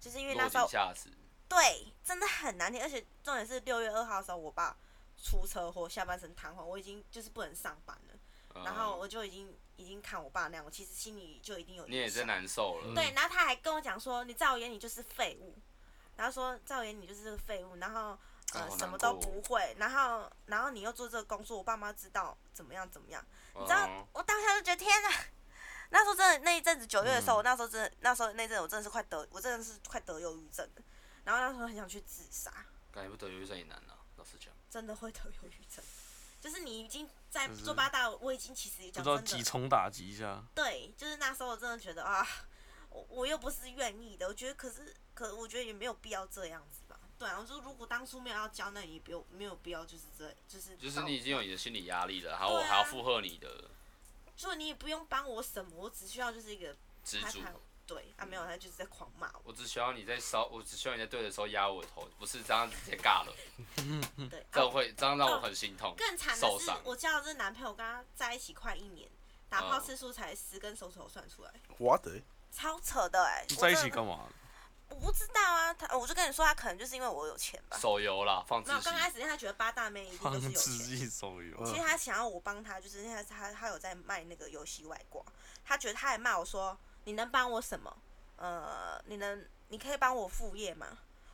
Speaker 1: 就是因为
Speaker 2: 落
Speaker 1: 那时
Speaker 2: 井
Speaker 1: 候
Speaker 2: 下石，
Speaker 1: 对真的很难听，而且重点是六月二号的时候，我爸出车祸，下半身瘫痪，我已经就是不能上班了，
Speaker 2: 嗯
Speaker 1: 然后我就已经已经看我爸那样，我其实心里就一定有
Speaker 2: 你也
Speaker 1: 影
Speaker 2: 是
Speaker 1: 响
Speaker 2: 难受
Speaker 3: 嗯
Speaker 2: 了。
Speaker 1: 嗯对，然后他还跟我讲说，你在我眼里就是废物，然后说在我眼里就是这个废物，然后
Speaker 2: 啊
Speaker 3: 哦
Speaker 1: 呃
Speaker 2: 好
Speaker 1: 什
Speaker 2: 难
Speaker 1: 么都
Speaker 2: 过
Speaker 1: 不会，然后然后你又做这个工作，我爸妈知道怎么样怎么样，
Speaker 2: 嗯，
Speaker 1: 你知道我当下就觉得天哪！那时候真的那一阵子九月的时候，
Speaker 3: 嗯
Speaker 1: 我那时候真的那时候那阵子我真的是快得我真的是快得忧郁症了，然后那时候很想去自杀，
Speaker 2: 感觉不得忧郁症也难啊，老实讲。
Speaker 1: 真的会得忧郁症，就是你已经在
Speaker 3: 就是
Speaker 1: 做八大，我已经其实
Speaker 3: 嗯不
Speaker 1: 讲
Speaker 3: 知道
Speaker 1: 真的
Speaker 3: 几重打击一下。
Speaker 1: 对，就是那时候我真的觉得啊，我我又不是愿意的，我觉得可是可我觉得也没有必要这样子吧。对啊，我说如果当初没有要交，那也不用没有必要就是这就是
Speaker 2: 就是你已经有你的心理压力了，然后
Speaker 1: 对啊
Speaker 2: 我还要附和你的
Speaker 1: 就你也不用帮我什么，我只需要就是一个
Speaker 2: 执
Speaker 1: 他
Speaker 2: 着。
Speaker 1: 他对啊没有他就是在狂骂我，
Speaker 2: 我只需要你在烧，我只需要你在对的时候压我的头，不是这样直接尬了，
Speaker 1: 对，
Speaker 2: 嗯这
Speaker 1: 啊
Speaker 2: 样会这样让我很心痛。
Speaker 1: 更惨
Speaker 2: 受
Speaker 1: 的是
Speaker 2: 伤
Speaker 1: 我交的这男朋友跟他在一起快一年，打
Speaker 2: 哦
Speaker 1: 炮次数才十根手指头算出来，
Speaker 4: what？the- 欸
Speaker 1: 超扯的哎、我
Speaker 3: 在一
Speaker 1: 真
Speaker 3: 起
Speaker 1: 的
Speaker 3: 干嘛？
Speaker 1: 我不知道啊，他我就跟你说他可能就是因为我有钱吧，
Speaker 2: 手游啦，放置
Speaker 1: 没有刚开
Speaker 2: 器，
Speaker 1: 始他觉得八大妹一定
Speaker 3: 放
Speaker 1: 都是有
Speaker 3: 自
Speaker 1: 钱。
Speaker 3: 己手游。
Speaker 4: 嗯
Speaker 1: 其实他想要我帮他，就是因为他他有在卖那个游戏外挂，他觉得他还骂我说：“你能帮我什么？呃，你能你可以帮我副业吗？”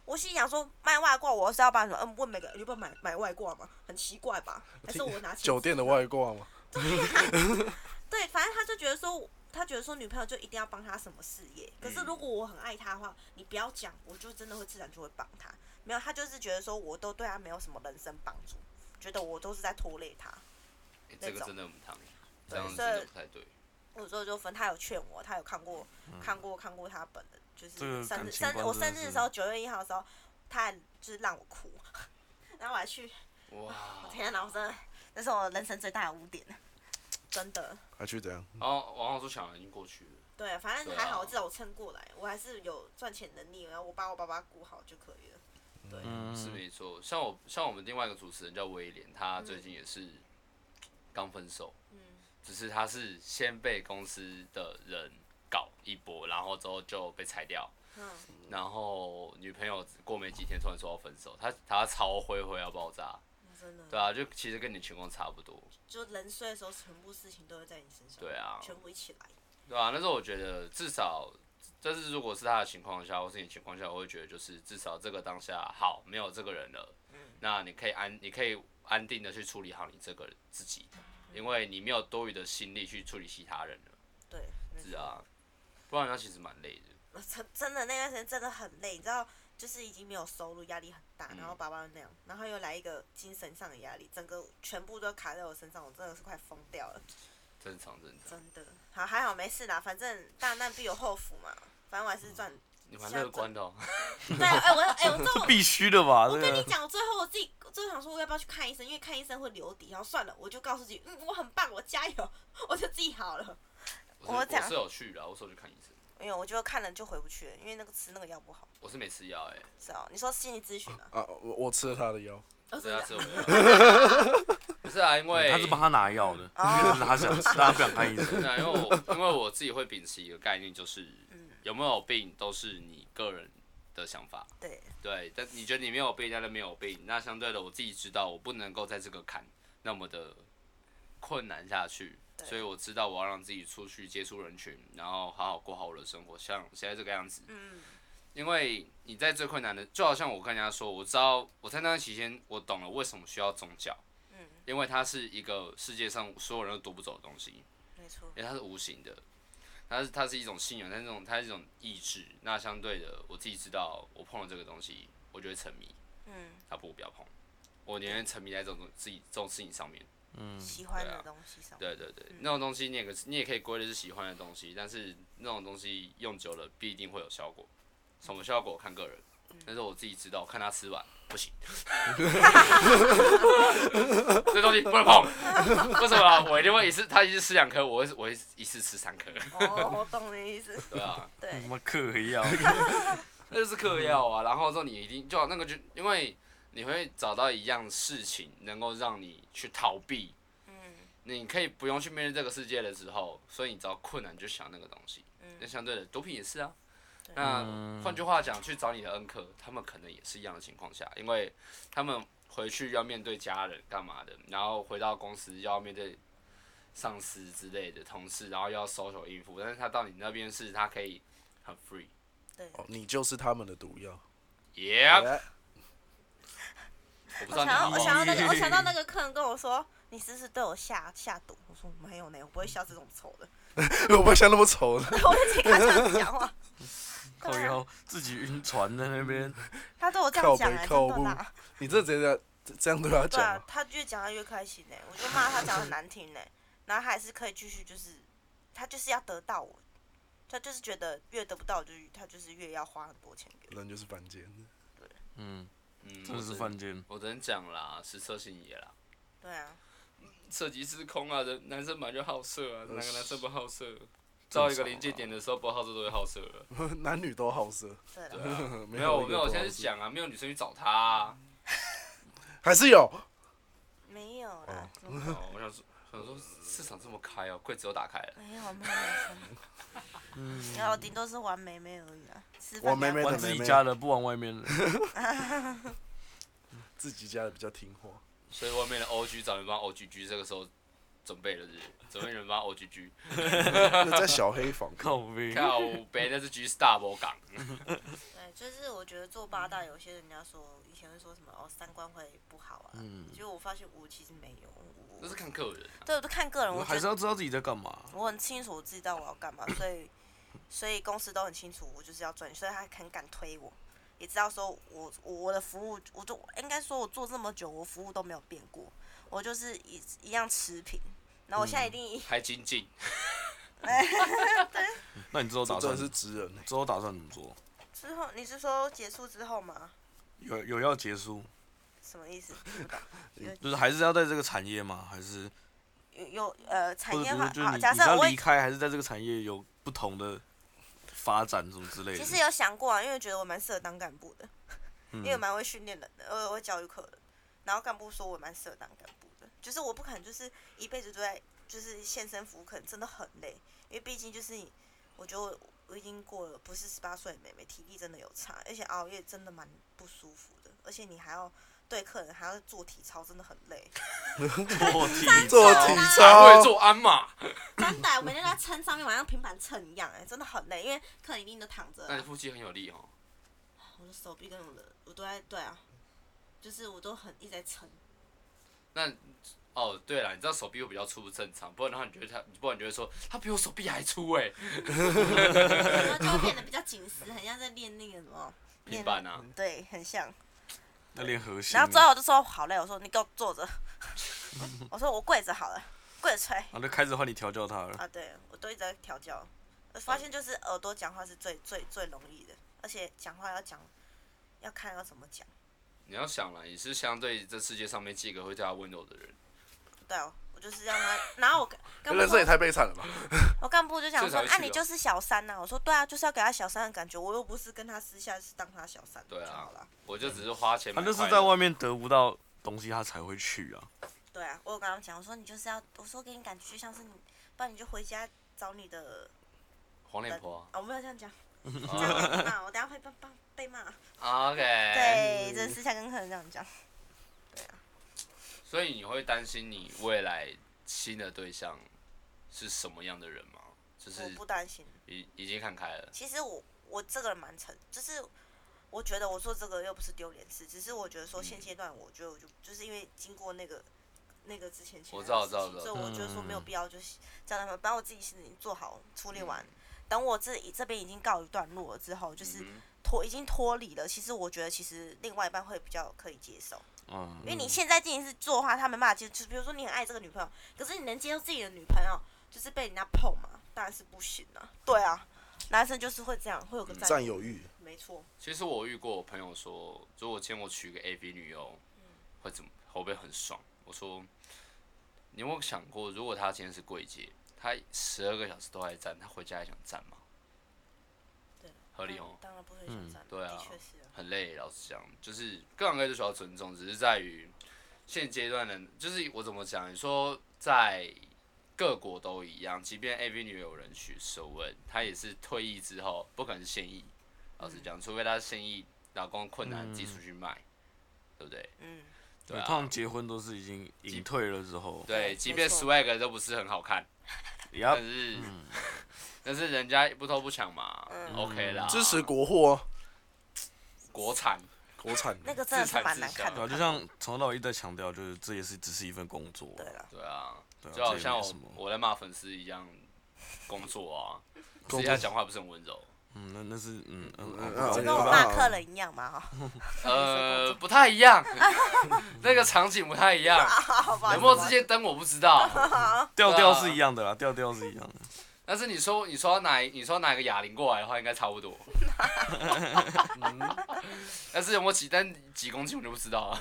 Speaker 1: 我心想说，卖外挂我是要帮你什么？嗯，问每个你不买买外挂吗？很奇怪吧？还是我拿钱？
Speaker 4: 酒店的外挂嘛，
Speaker 1: 对，反正他就觉得说，他觉得说女朋友就一定要帮他什么事业。可是
Speaker 2: 嗯
Speaker 1: 如果我很爱他的话，你不要讲，我就真的会自然就会帮他。没有，他就是觉得说，我都对他没有什么人生帮助，觉得我都是在拖累他。
Speaker 2: 欸这个
Speaker 1: 那种
Speaker 2: 真的很烫，这样真
Speaker 1: 所以
Speaker 2: 的不太对。
Speaker 1: 我之后就分，他有劝我，他有看过、看过看过他本人，就
Speaker 3: 嗯这个
Speaker 1: 是生
Speaker 3: 感
Speaker 1: 日
Speaker 3: 情
Speaker 1: 生日
Speaker 3: 观
Speaker 1: 我
Speaker 3: 真的
Speaker 1: 生日的
Speaker 3: 是
Speaker 1: 时候九月一号的时候，他还就是让我哭， 然后我还去，
Speaker 2: 哇，
Speaker 1: 天哪，我真的那是我人生最大的污点，真的。
Speaker 4: 还去怎样？
Speaker 2: 然后王老师想已经过去了，
Speaker 1: 对，反正
Speaker 2: 对
Speaker 1: 还
Speaker 2: 啊
Speaker 1: 好，至少我撑过来，我还是有赚钱能力，然后我把我爸爸顾好就可以了。对，
Speaker 3: 嗯，
Speaker 2: 是没错。像我像我们另外一个主持人叫威廉，他最近也是刚分手，
Speaker 1: 嗯
Speaker 2: 只是他是先被公司的人搞一波，然后之后就被裁掉，
Speaker 1: 嗯，
Speaker 2: 然后女朋友过没几天突然说要分手，他他超灰灰要爆炸，
Speaker 1: 真的，
Speaker 2: 对啊，就其实跟你情况差不多，
Speaker 1: 就人睡的时候，全部事情都会在你身上，
Speaker 2: 对啊，
Speaker 1: 全部一起来。
Speaker 2: 对啊，那时候我觉得至少，但是如果是他的情况下，或是你的情况下，我会觉得就是至少这个当下好没有这个人了，那你可以安，你可以安定的去处理好你这个自己，因为你没有多余的心力去处理其他人了，
Speaker 1: 对，没
Speaker 2: 是
Speaker 1: 错
Speaker 2: 啊，不然他其实蛮累的。
Speaker 1: 我真真的那段时间真的很累，你知道，就是已经没有收入，压力很大，
Speaker 2: 嗯
Speaker 1: 然后爸爸又那样，然后又来一个精神上的压力，整个全部都卡在我身上，我真的是快疯掉了，
Speaker 2: 正常正常，
Speaker 1: 真的。好，还好没事啦，反正大难必有后福嘛，反正我还是 赚。
Speaker 2: 你蛮乐观的、哦，
Speaker 1: 对啊，哎、我哎、我知道 我
Speaker 3: 必须的吧？
Speaker 1: 我
Speaker 3: 这
Speaker 1: 跟你
Speaker 3: 个
Speaker 1: 讲，最后我自己就是想说，我要不要去看医生？因为看医生会留底，然后算了，我就告诉自己，嗯，我很棒，我加油， 我就自己好了。
Speaker 2: 我是
Speaker 1: 我
Speaker 2: 我
Speaker 1: 讲
Speaker 2: 是有去了，我是有去看医生，
Speaker 1: 没有，我就看了就回不去了，因为那个吃那个药不好，
Speaker 2: 我是没吃药哎、
Speaker 1: 知道？你说心理咨询啊？
Speaker 4: 啊，我我吃了他的药，
Speaker 1: 哦，
Speaker 2: 对
Speaker 1: 真
Speaker 2: 啊，
Speaker 1: 的假
Speaker 2: 吃我
Speaker 1: 的
Speaker 2: 没有， 不是啊，因为
Speaker 3: 嗯他是帮他拿药的，
Speaker 1: 哦
Speaker 3: 就是他想吃，但他不想看医生。
Speaker 2: 对啊，因为我因为我自己会秉持一个概念，就是
Speaker 1: 嗯
Speaker 2: 有没有病都是你个人的想法。
Speaker 1: 对，
Speaker 2: 对，但你觉得你没有病，那就没有病。那相对的，我自己知道我不能够在这个坎那么的困难下去，
Speaker 1: 对
Speaker 2: 所以我知道我要让自己出去接触人群，然后好好过好我的生活，像现在这个样子。
Speaker 1: 嗯，
Speaker 2: 因为你在最困难的，就好像我跟人家说，我知道我在那段期间，我懂了为什么需要宗教，
Speaker 1: 嗯，
Speaker 2: 因为它是一个世界上所有人都夺不走的东西。
Speaker 1: 没错。
Speaker 2: 因为它是无形的，它是它是一种信仰，但是这种它是一种意志。那相对的，我自己知道，我碰了这个东西，我就会沉迷，
Speaker 1: 嗯，
Speaker 2: 那不如不要碰。我宁愿沉迷在这种东自己这种事情上面。
Speaker 3: 嗯，
Speaker 1: 喜欢
Speaker 2: 对
Speaker 1: 的
Speaker 2: 啊
Speaker 1: 东西上。
Speaker 2: 对对对
Speaker 1: 嗯，
Speaker 2: 那种东西你也可你也可以归类是喜欢的东西，但是那种东西用久了必定会有效果，什么效果看个人
Speaker 1: 嗯。
Speaker 2: 但是我自己知道，我看他吃完 不行，这东西不能碰。为什么？我一定会一次，他一次吃两颗，我会我会一次吃三颗，
Speaker 1: 哦，我懂你意思。
Speaker 2: 对啊，
Speaker 3: 他
Speaker 1: 对，啊
Speaker 3: 妈嗑药，
Speaker 2: 那就是嗑药啊。然后之后你一定就那个就因为你会找到一样事情能够让你去逃避，
Speaker 1: 嗯
Speaker 2: 你可以不用去面对这个世界的时候，所以你找困难就想那个东西。那
Speaker 1: 嗯，
Speaker 2: 相对的，毒品也是啊
Speaker 1: 对。
Speaker 2: 那
Speaker 3: 嗯
Speaker 2: 换句话讲，去找你的恩客，他们可能也是一样的情况下，因为他们回去要面对家人干嘛的，然后回到公司要面对上司之类的同事，然后要 social 应付。但是他到你那边是，他可以很 free。
Speaker 1: 对。
Speaker 4: 哦，你就是他们的毒药。
Speaker 2: Yeah，
Speaker 4: 哎
Speaker 2: 我不知
Speaker 1: 我想
Speaker 2: 道你
Speaker 1: 到
Speaker 2: 好
Speaker 1: 我
Speaker 2: 不
Speaker 1: 想
Speaker 2: 好
Speaker 1: 到那个我想到那个客人跟我说，你是不是对我下下毒？我说没有呢，我不会下这种丑的。
Speaker 4: 我不会像那么丑的。
Speaker 1: 我就自己跟他这样子讲话，
Speaker 3: 靠腰自己晕船在那边，
Speaker 1: 他对我这样讲哎、
Speaker 4: 靠
Speaker 1: 真
Speaker 4: 北
Speaker 1: 的啦。
Speaker 4: 你这直接这这样对他
Speaker 1: 对
Speaker 4: 讲
Speaker 1: 啊
Speaker 4: 啊，，
Speaker 1: 他越讲他越开心呢、我就骂他讲得很难听呢、然后他还是可以继续就是，他就是要得到我，他就是觉得越得不到我就他就是越要花很多钱给我。
Speaker 4: 人就是犯贱的。
Speaker 3: 嗯，
Speaker 2: 嗯，
Speaker 3: 真的是
Speaker 2: 我
Speaker 3: 犯
Speaker 2: 只
Speaker 3: 贱，
Speaker 2: 我只能讲啦，是色性也啦，
Speaker 1: 对啊，
Speaker 2: 涉及失控啊，人男生本来就好色啊，哪个男生不好色？
Speaker 4: 常啊
Speaker 2: 到一个临界点的时候，不好色都会好色了。
Speaker 4: 男女都好色，
Speaker 1: 对
Speaker 2: 对
Speaker 1: 了，
Speaker 2: 啊，
Speaker 4: 没
Speaker 2: 没有，我
Speaker 4: 一个
Speaker 2: 没有，
Speaker 4: 不
Speaker 2: 我
Speaker 4: 好
Speaker 2: 现在
Speaker 4: 色
Speaker 2: 是讲啊，没有女生去找他、 啊。
Speaker 4: 还是有，
Speaker 1: 没有啦
Speaker 4: 哦，
Speaker 1: 怎么
Speaker 2: 哦，我想说，想说市场这么开哦，柜子都打开了。
Speaker 1: 没有没有没
Speaker 3: 嗯
Speaker 1: 有，然后顶多是玩妹妹而已啊，吃饭
Speaker 4: 玩妹
Speaker 1: 聊
Speaker 4: 妹
Speaker 3: 玩
Speaker 4: 的
Speaker 1: 天
Speaker 3: 自己
Speaker 4: 妹妹
Speaker 3: 家的，不玩外面的，
Speaker 4: 自己家的比较听 话。
Speaker 2: 所以外面的 OG 找人帮 OGG，这个时候准备了是不是准备人帮 OGG，
Speaker 4: 那在小黑房，
Speaker 3: 靠背，
Speaker 2: 靠北那是 G Star 我港，
Speaker 1: 对，就是我觉得做八大，有些人家说以前会说什么哦，三观会不好啊。
Speaker 3: 嗯，
Speaker 1: 结果我发现我其实没有，我
Speaker 2: 这是看个人、啊。
Speaker 1: 对，我都看个人，我
Speaker 3: 还
Speaker 1: 觉
Speaker 3: 是
Speaker 1: 得
Speaker 3: 要知道自己在干嘛，
Speaker 1: 我很清楚我自己知道我要干嘛，所以所以公司都很清楚我就是要赚，所以他很敢推我，也知道说我我我的服务，我就应该说我做这么久，我服务都没有变过，我就是一一样持平。然后我现在一定一、
Speaker 2: 还精进，
Speaker 3: 那你之后
Speaker 4: 这
Speaker 3: 打
Speaker 4: 真
Speaker 3: 算
Speaker 4: 的是直人欸
Speaker 3: 之后打算怎么做？
Speaker 1: 之后，你是说结束之后吗？
Speaker 3: 有有要结束，
Speaker 1: 什么意 思？不懂
Speaker 3: 就是还是要在这个产业吗？还是
Speaker 1: 有有呃产
Speaker 3: 嗯或者比
Speaker 1: 业
Speaker 3: 如
Speaker 1: 化
Speaker 3: 说就是
Speaker 1: 好，
Speaker 3: 你
Speaker 1: 假
Speaker 3: 你是
Speaker 1: 设
Speaker 3: 要
Speaker 1: 我
Speaker 3: 离开，还是在这个产业有不同的发展什么之类的？
Speaker 1: 其实有想过啊，因为觉得我蛮适合当干部 的，
Speaker 3: 嗯
Speaker 1: 因为我蛮会训练人的，呃我会教育客人。然后干部说我蛮适合当干部的，就是我不可能就是一辈子都在就是现身服务，可能真的很累，因为毕竟就是你，我觉得我我已经过了不是十八岁的妹妹，体力真的有差，而且熬夜真的蛮不舒服的，而且你还要对客人还要做体操，真的很累。
Speaker 3: 做体
Speaker 4: 做
Speaker 3: 操
Speaker 4: 体
Speaker 2: 还
Speaker 3: 哦
Speaker 2: 会
Speaker 4: 操，
Speaker 2: 做鞍马，
Speaker 1: 真的，我每天都在撑上面，晚上平板撑一样、哎，真的很累，因为客人一定都躺着啊、
Speaker 4: 哎
Speaker 2: 那你腹肌很有力哦。
Speaker 1: 我的手臂跟我的我都在对啊，就是我都很一直在撑。
Speaker 2: 那哦，对了，你知道手臂会比较粗不正常，不然的话你觉得他，不然你就会说他比我手臂还粗哎、
Speaker 1: 然后就会变得比较紧实，很像在练那个什么
Speaker 2: 平板啊，
Speaker 1: 对，很像。
Speaker 3: 要练核心
Speaker 1: 然
Speaker 3: 啊，
Speaker 1: 后之后我就说好累，我说你给我坐 着，我说我跪着好了，跪着吹
Speaker 3: 然后就开始换你调教他了。
Speaker 1: 啊，对我都一直在调教，我发现就是耳朵讲话是最最最容易的，而且讲话要讲，要看要怎么讲。
Speaker 2: 你要想了，你是相对这世界上面几个会对他温柔的人，
Speaker 1: 对啊，我就是让他，然后我跟 跟
Speaker 4: 人生也太悲惨了吧？
Speaker 1: 我干部就讲
Speaker 2: 这
Speaker 1: 说
Speaker 2: 才会
Speaker 1: 啊，
Speaker 2: 去
Speaker 1: 你
Speaker 2: 哦
Speaker 1: 就是小三呐、我说对啊，就是要给他小三的感觉，我又不是跟他私下是当他小三，
Speaker 2: 对啊
Speaker 1: 就好了。
Speaker 2: 我就只是花钱买
Speaker 3: 他
Speaker 2: 快乐。
Speaker 3: 就是在外面得不到东西，他才会去啊。
Speaker 1: 对啊，我有跟他们讲，我说你就是要，我说给你感觉就像是你，不然你就回家找你的，
Speaker 2: 黄脸婆啊。
Speaker 1: 啊、我没有这样讲，这样
Speaker 2: 哦
Speaker 1: 会被 骂，我等下会被被被骂。
Speaker 2: OK。
Speaker 1: 对，这私下跟客人这样讲，
Speaker 2: 所以你会担心你未来新的对象是什么样的人吗？就是
Speaker 1: 我不担心。
Speaker 2: 已已经看开了，
Speaker 1: 其实我我这个人蛮诚，就是我觉得我做这个又不是丢脸事，只是我觉得说
Speaker 2: 嗯
Speaker 1: 现阶段，我觉得我就就是因为经过那个那个之前前
Speaker 2: 我
Speaker 1: 的
Speaker 2: 知道
Speaker 1: 事情
Speaker 2: 我知道我知道
Speaker 1: 所以我觉得说没有必要就是这样的，把我自己事情做好处理完，等我自己这边已经告一段落了之后，就是
Speaker 2: 嗯
Speaker 1: 脱已经脱离了，其实我觉得其实另外一半会比较可以接受，
Speaker 3: 嗯
Speaker 1: 因为你现在进行是做的话，他没办法接，就比如说你很爱这个女朋友，可是你能接受自己的女朋友就是被人家碰嘛，当然是不行啊。对啊，男生就是会这样，会有个占
Speaker 4: 嗯占有欲，
Speaker 1: 没错，
Speaker 2: 其实我遇过我朋友说，如果今天我娶一个 AV 女优，
Speaker 1: 嗯
Speaker 2: 会怎么会不会很爽？我说，你有没有想过，如果她今天是柜姐，她十二个小时都在站，她回家还想站吗？
Speaker 1: 对了
Speaker 2: 合理哦，
Speaker 1: 当然不会想占，
Speaker 2: 对啊
Speaker 1: 的确是啊。
Speaker 2: 很累。老实讲，就是各行各业都需要尊重，只是在于现阶段的，就是我怎么讲？你说在各国都一样，即便 AV 女友人许所问，她也是退役之后不可能是现役。老实讲，除非她现役老公困难自己出去卖，对不对？
Speaker 1: 嗯，
Speaker 2: 对
Speaker 3: 对，
Speaker 2: 啊
Speaker 3: 通常结婚都是已经隐退了之后，
Speaker 2: 对，即
Speaker 1: 没
Speaker 2: 便
Speaker 1: 错
Speaker 2: swag 都不是很好看，
Speaker 3: 也要
Speaker 2: 但是、 但是人家不偷不抢嘛、
Speaker 1: 嗯
Speaker 2: o k 啦，
Speaker 4: 支持国货啊，
Speaker 2: 国产，
Speaker 4: 国产的
Speaker 1: 那个真的是蛮难看
Speaker 2: 自
Speaker 1: 的
Speaker 2: 产
Speaker 3: 啊，
Speaker 1: 吧。
Speaker 3: 就像从头到尾一直在强调，就是这也是只是一份工作啊，
Speaker 1: 对了，
Speaker 2: 对啊，
Speaker 3: 对啊，
Speaker 2: 就好
Speaker 3: 这也
Speaker 2: 像
Speaker 3: 没
Speaker 2: 我
Speaker 3: 什么
Speaker 2: 我在骂粉丝一样，工作啊，
Speaker 4: 工
Speaker 2: 私下
Speaker 4: 作
Speaker 2: 讲话不是很温柔，
Speaker 3: 嗯，那那是嗯嗯
Speaker 4: 嗯
Speaker 3: 嗯
Speaker 1: 就
Speaker 4: 嗯
Speaker 1: 跟我骂客人一样嘛， 哈。
Speaker 2: 呃，不太一样，那个场景不太一样，
Speaker 1: 哦好吧
Speaker 2: 冷漠之间灯我不知道，
Speaker 3: 调调
Speaker 2: 啊
Speaker 3: 是一样的啦，调调是一样的，
Speaker 2: 但是你说你说要拿你说要拿一个哑铃过来的话，应该差不多，但是有没有几但几公斤我就不知道了，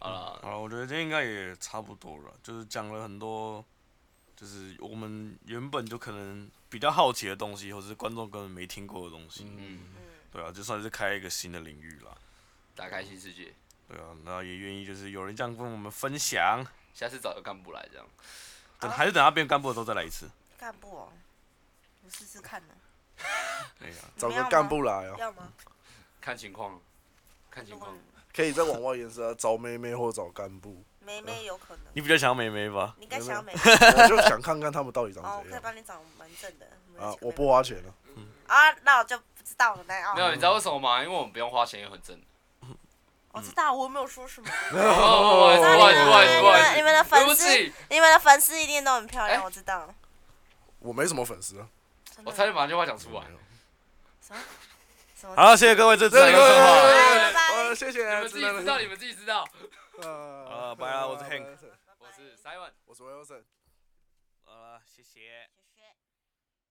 Speaker 2: 好了。
Speaker 3: 好了，我觉得今天应该也差不多了，就是讲了很多，就是我们原本就可能比较好奇的东西，或者是观众根本没听过的东西，
Speaker 2: 嗯，
Speaker 3: 对啊，就算是开一个新的领域啦，
Speaker 2: 打开新世界，
Speaker 3: 对啊，那也愿意就是有人这样跟我们分享，
Speaker 2: 下次找个干部来这样。
Speaker 3: 等
Speaker 2: 啊
Speaker 3: 还是等他变干部的时候再来一次，
Speaker 1: 干部哦，我试试看呢。
Speaker 2: 哎
Speaker 3: 对啊，
Speaker 4: 找
Speaker 1: 你们要吗
Speaker 4: 个干部来啊，
Speaker 1: 要吗？
Speaker 2: 嗯看情况，看情
Speaker 1: 如果
Speaker 2: 况。
Speaker 4: 可以再往外延伸啊，找妹妹或找干 部，
Speaker 1: 梅
Speaker 4: 嗯
Speaker 1: 梅有可能，
Speaker 3: 你比较想要美眉吧？
Speaker 1: 你应该想要梅梅。
Speaker 4: 我就想看看他们到底
Speaker 1: 哦，
Speaker 4: 长
Speaker 1: 我
Speaker 4: 怎
Speaker 1: 可以
Speaker 4: 样
Speaker 1: 帮你找门诊的。
Speaker 4: 啊
Speaker 1: 们，
Speaker 4: 我不花钱了，
Speaker 1: 啊，那我就不知道了那
Speaker 2: 没有，
Speaker 1: 哦，
Speaker 2: 你知道为什么吗？因为我们不用花钱，也很真。
Speaker 1: 我知道，我没有说 什么。
Speaker 2: 哦，不好意思，不好意思，不好意思，不好意
Speaker 1: 你
Speaker 2: 思，
Speaker 1: 们的
Speaker 2: 对不
Speaker 1: 粉丝，
Speaker 2: 起，
Speaker 1: 你们的粉丝一定都很漂亮，
Speaker 2: 哎
Speaker 1: 我知道。
Speaker 4: 我没什么粉丝啊，
Speaker 1: 真的
Speaker 2: 我差点把这句话讲出来。
Speaker 1: 什么？什么？
Speaker 3: 好，谢谢各位，这次的
Speaker 2: 各位
Speaker 3: 电话
Speaker 1: 拜拜
Speaker 4: 呃谢谢，
Speaker 2: 你们自己知道，你们自己知道。
Speaker 4: 啊
Speaker 3: 啊拜啦我是 Hank
Speaker 2: 我是 Simon。
Speaker 4: 我是 Wilson。
Speaker 3: 好了，谢谢。
Speaker 1: 谢谢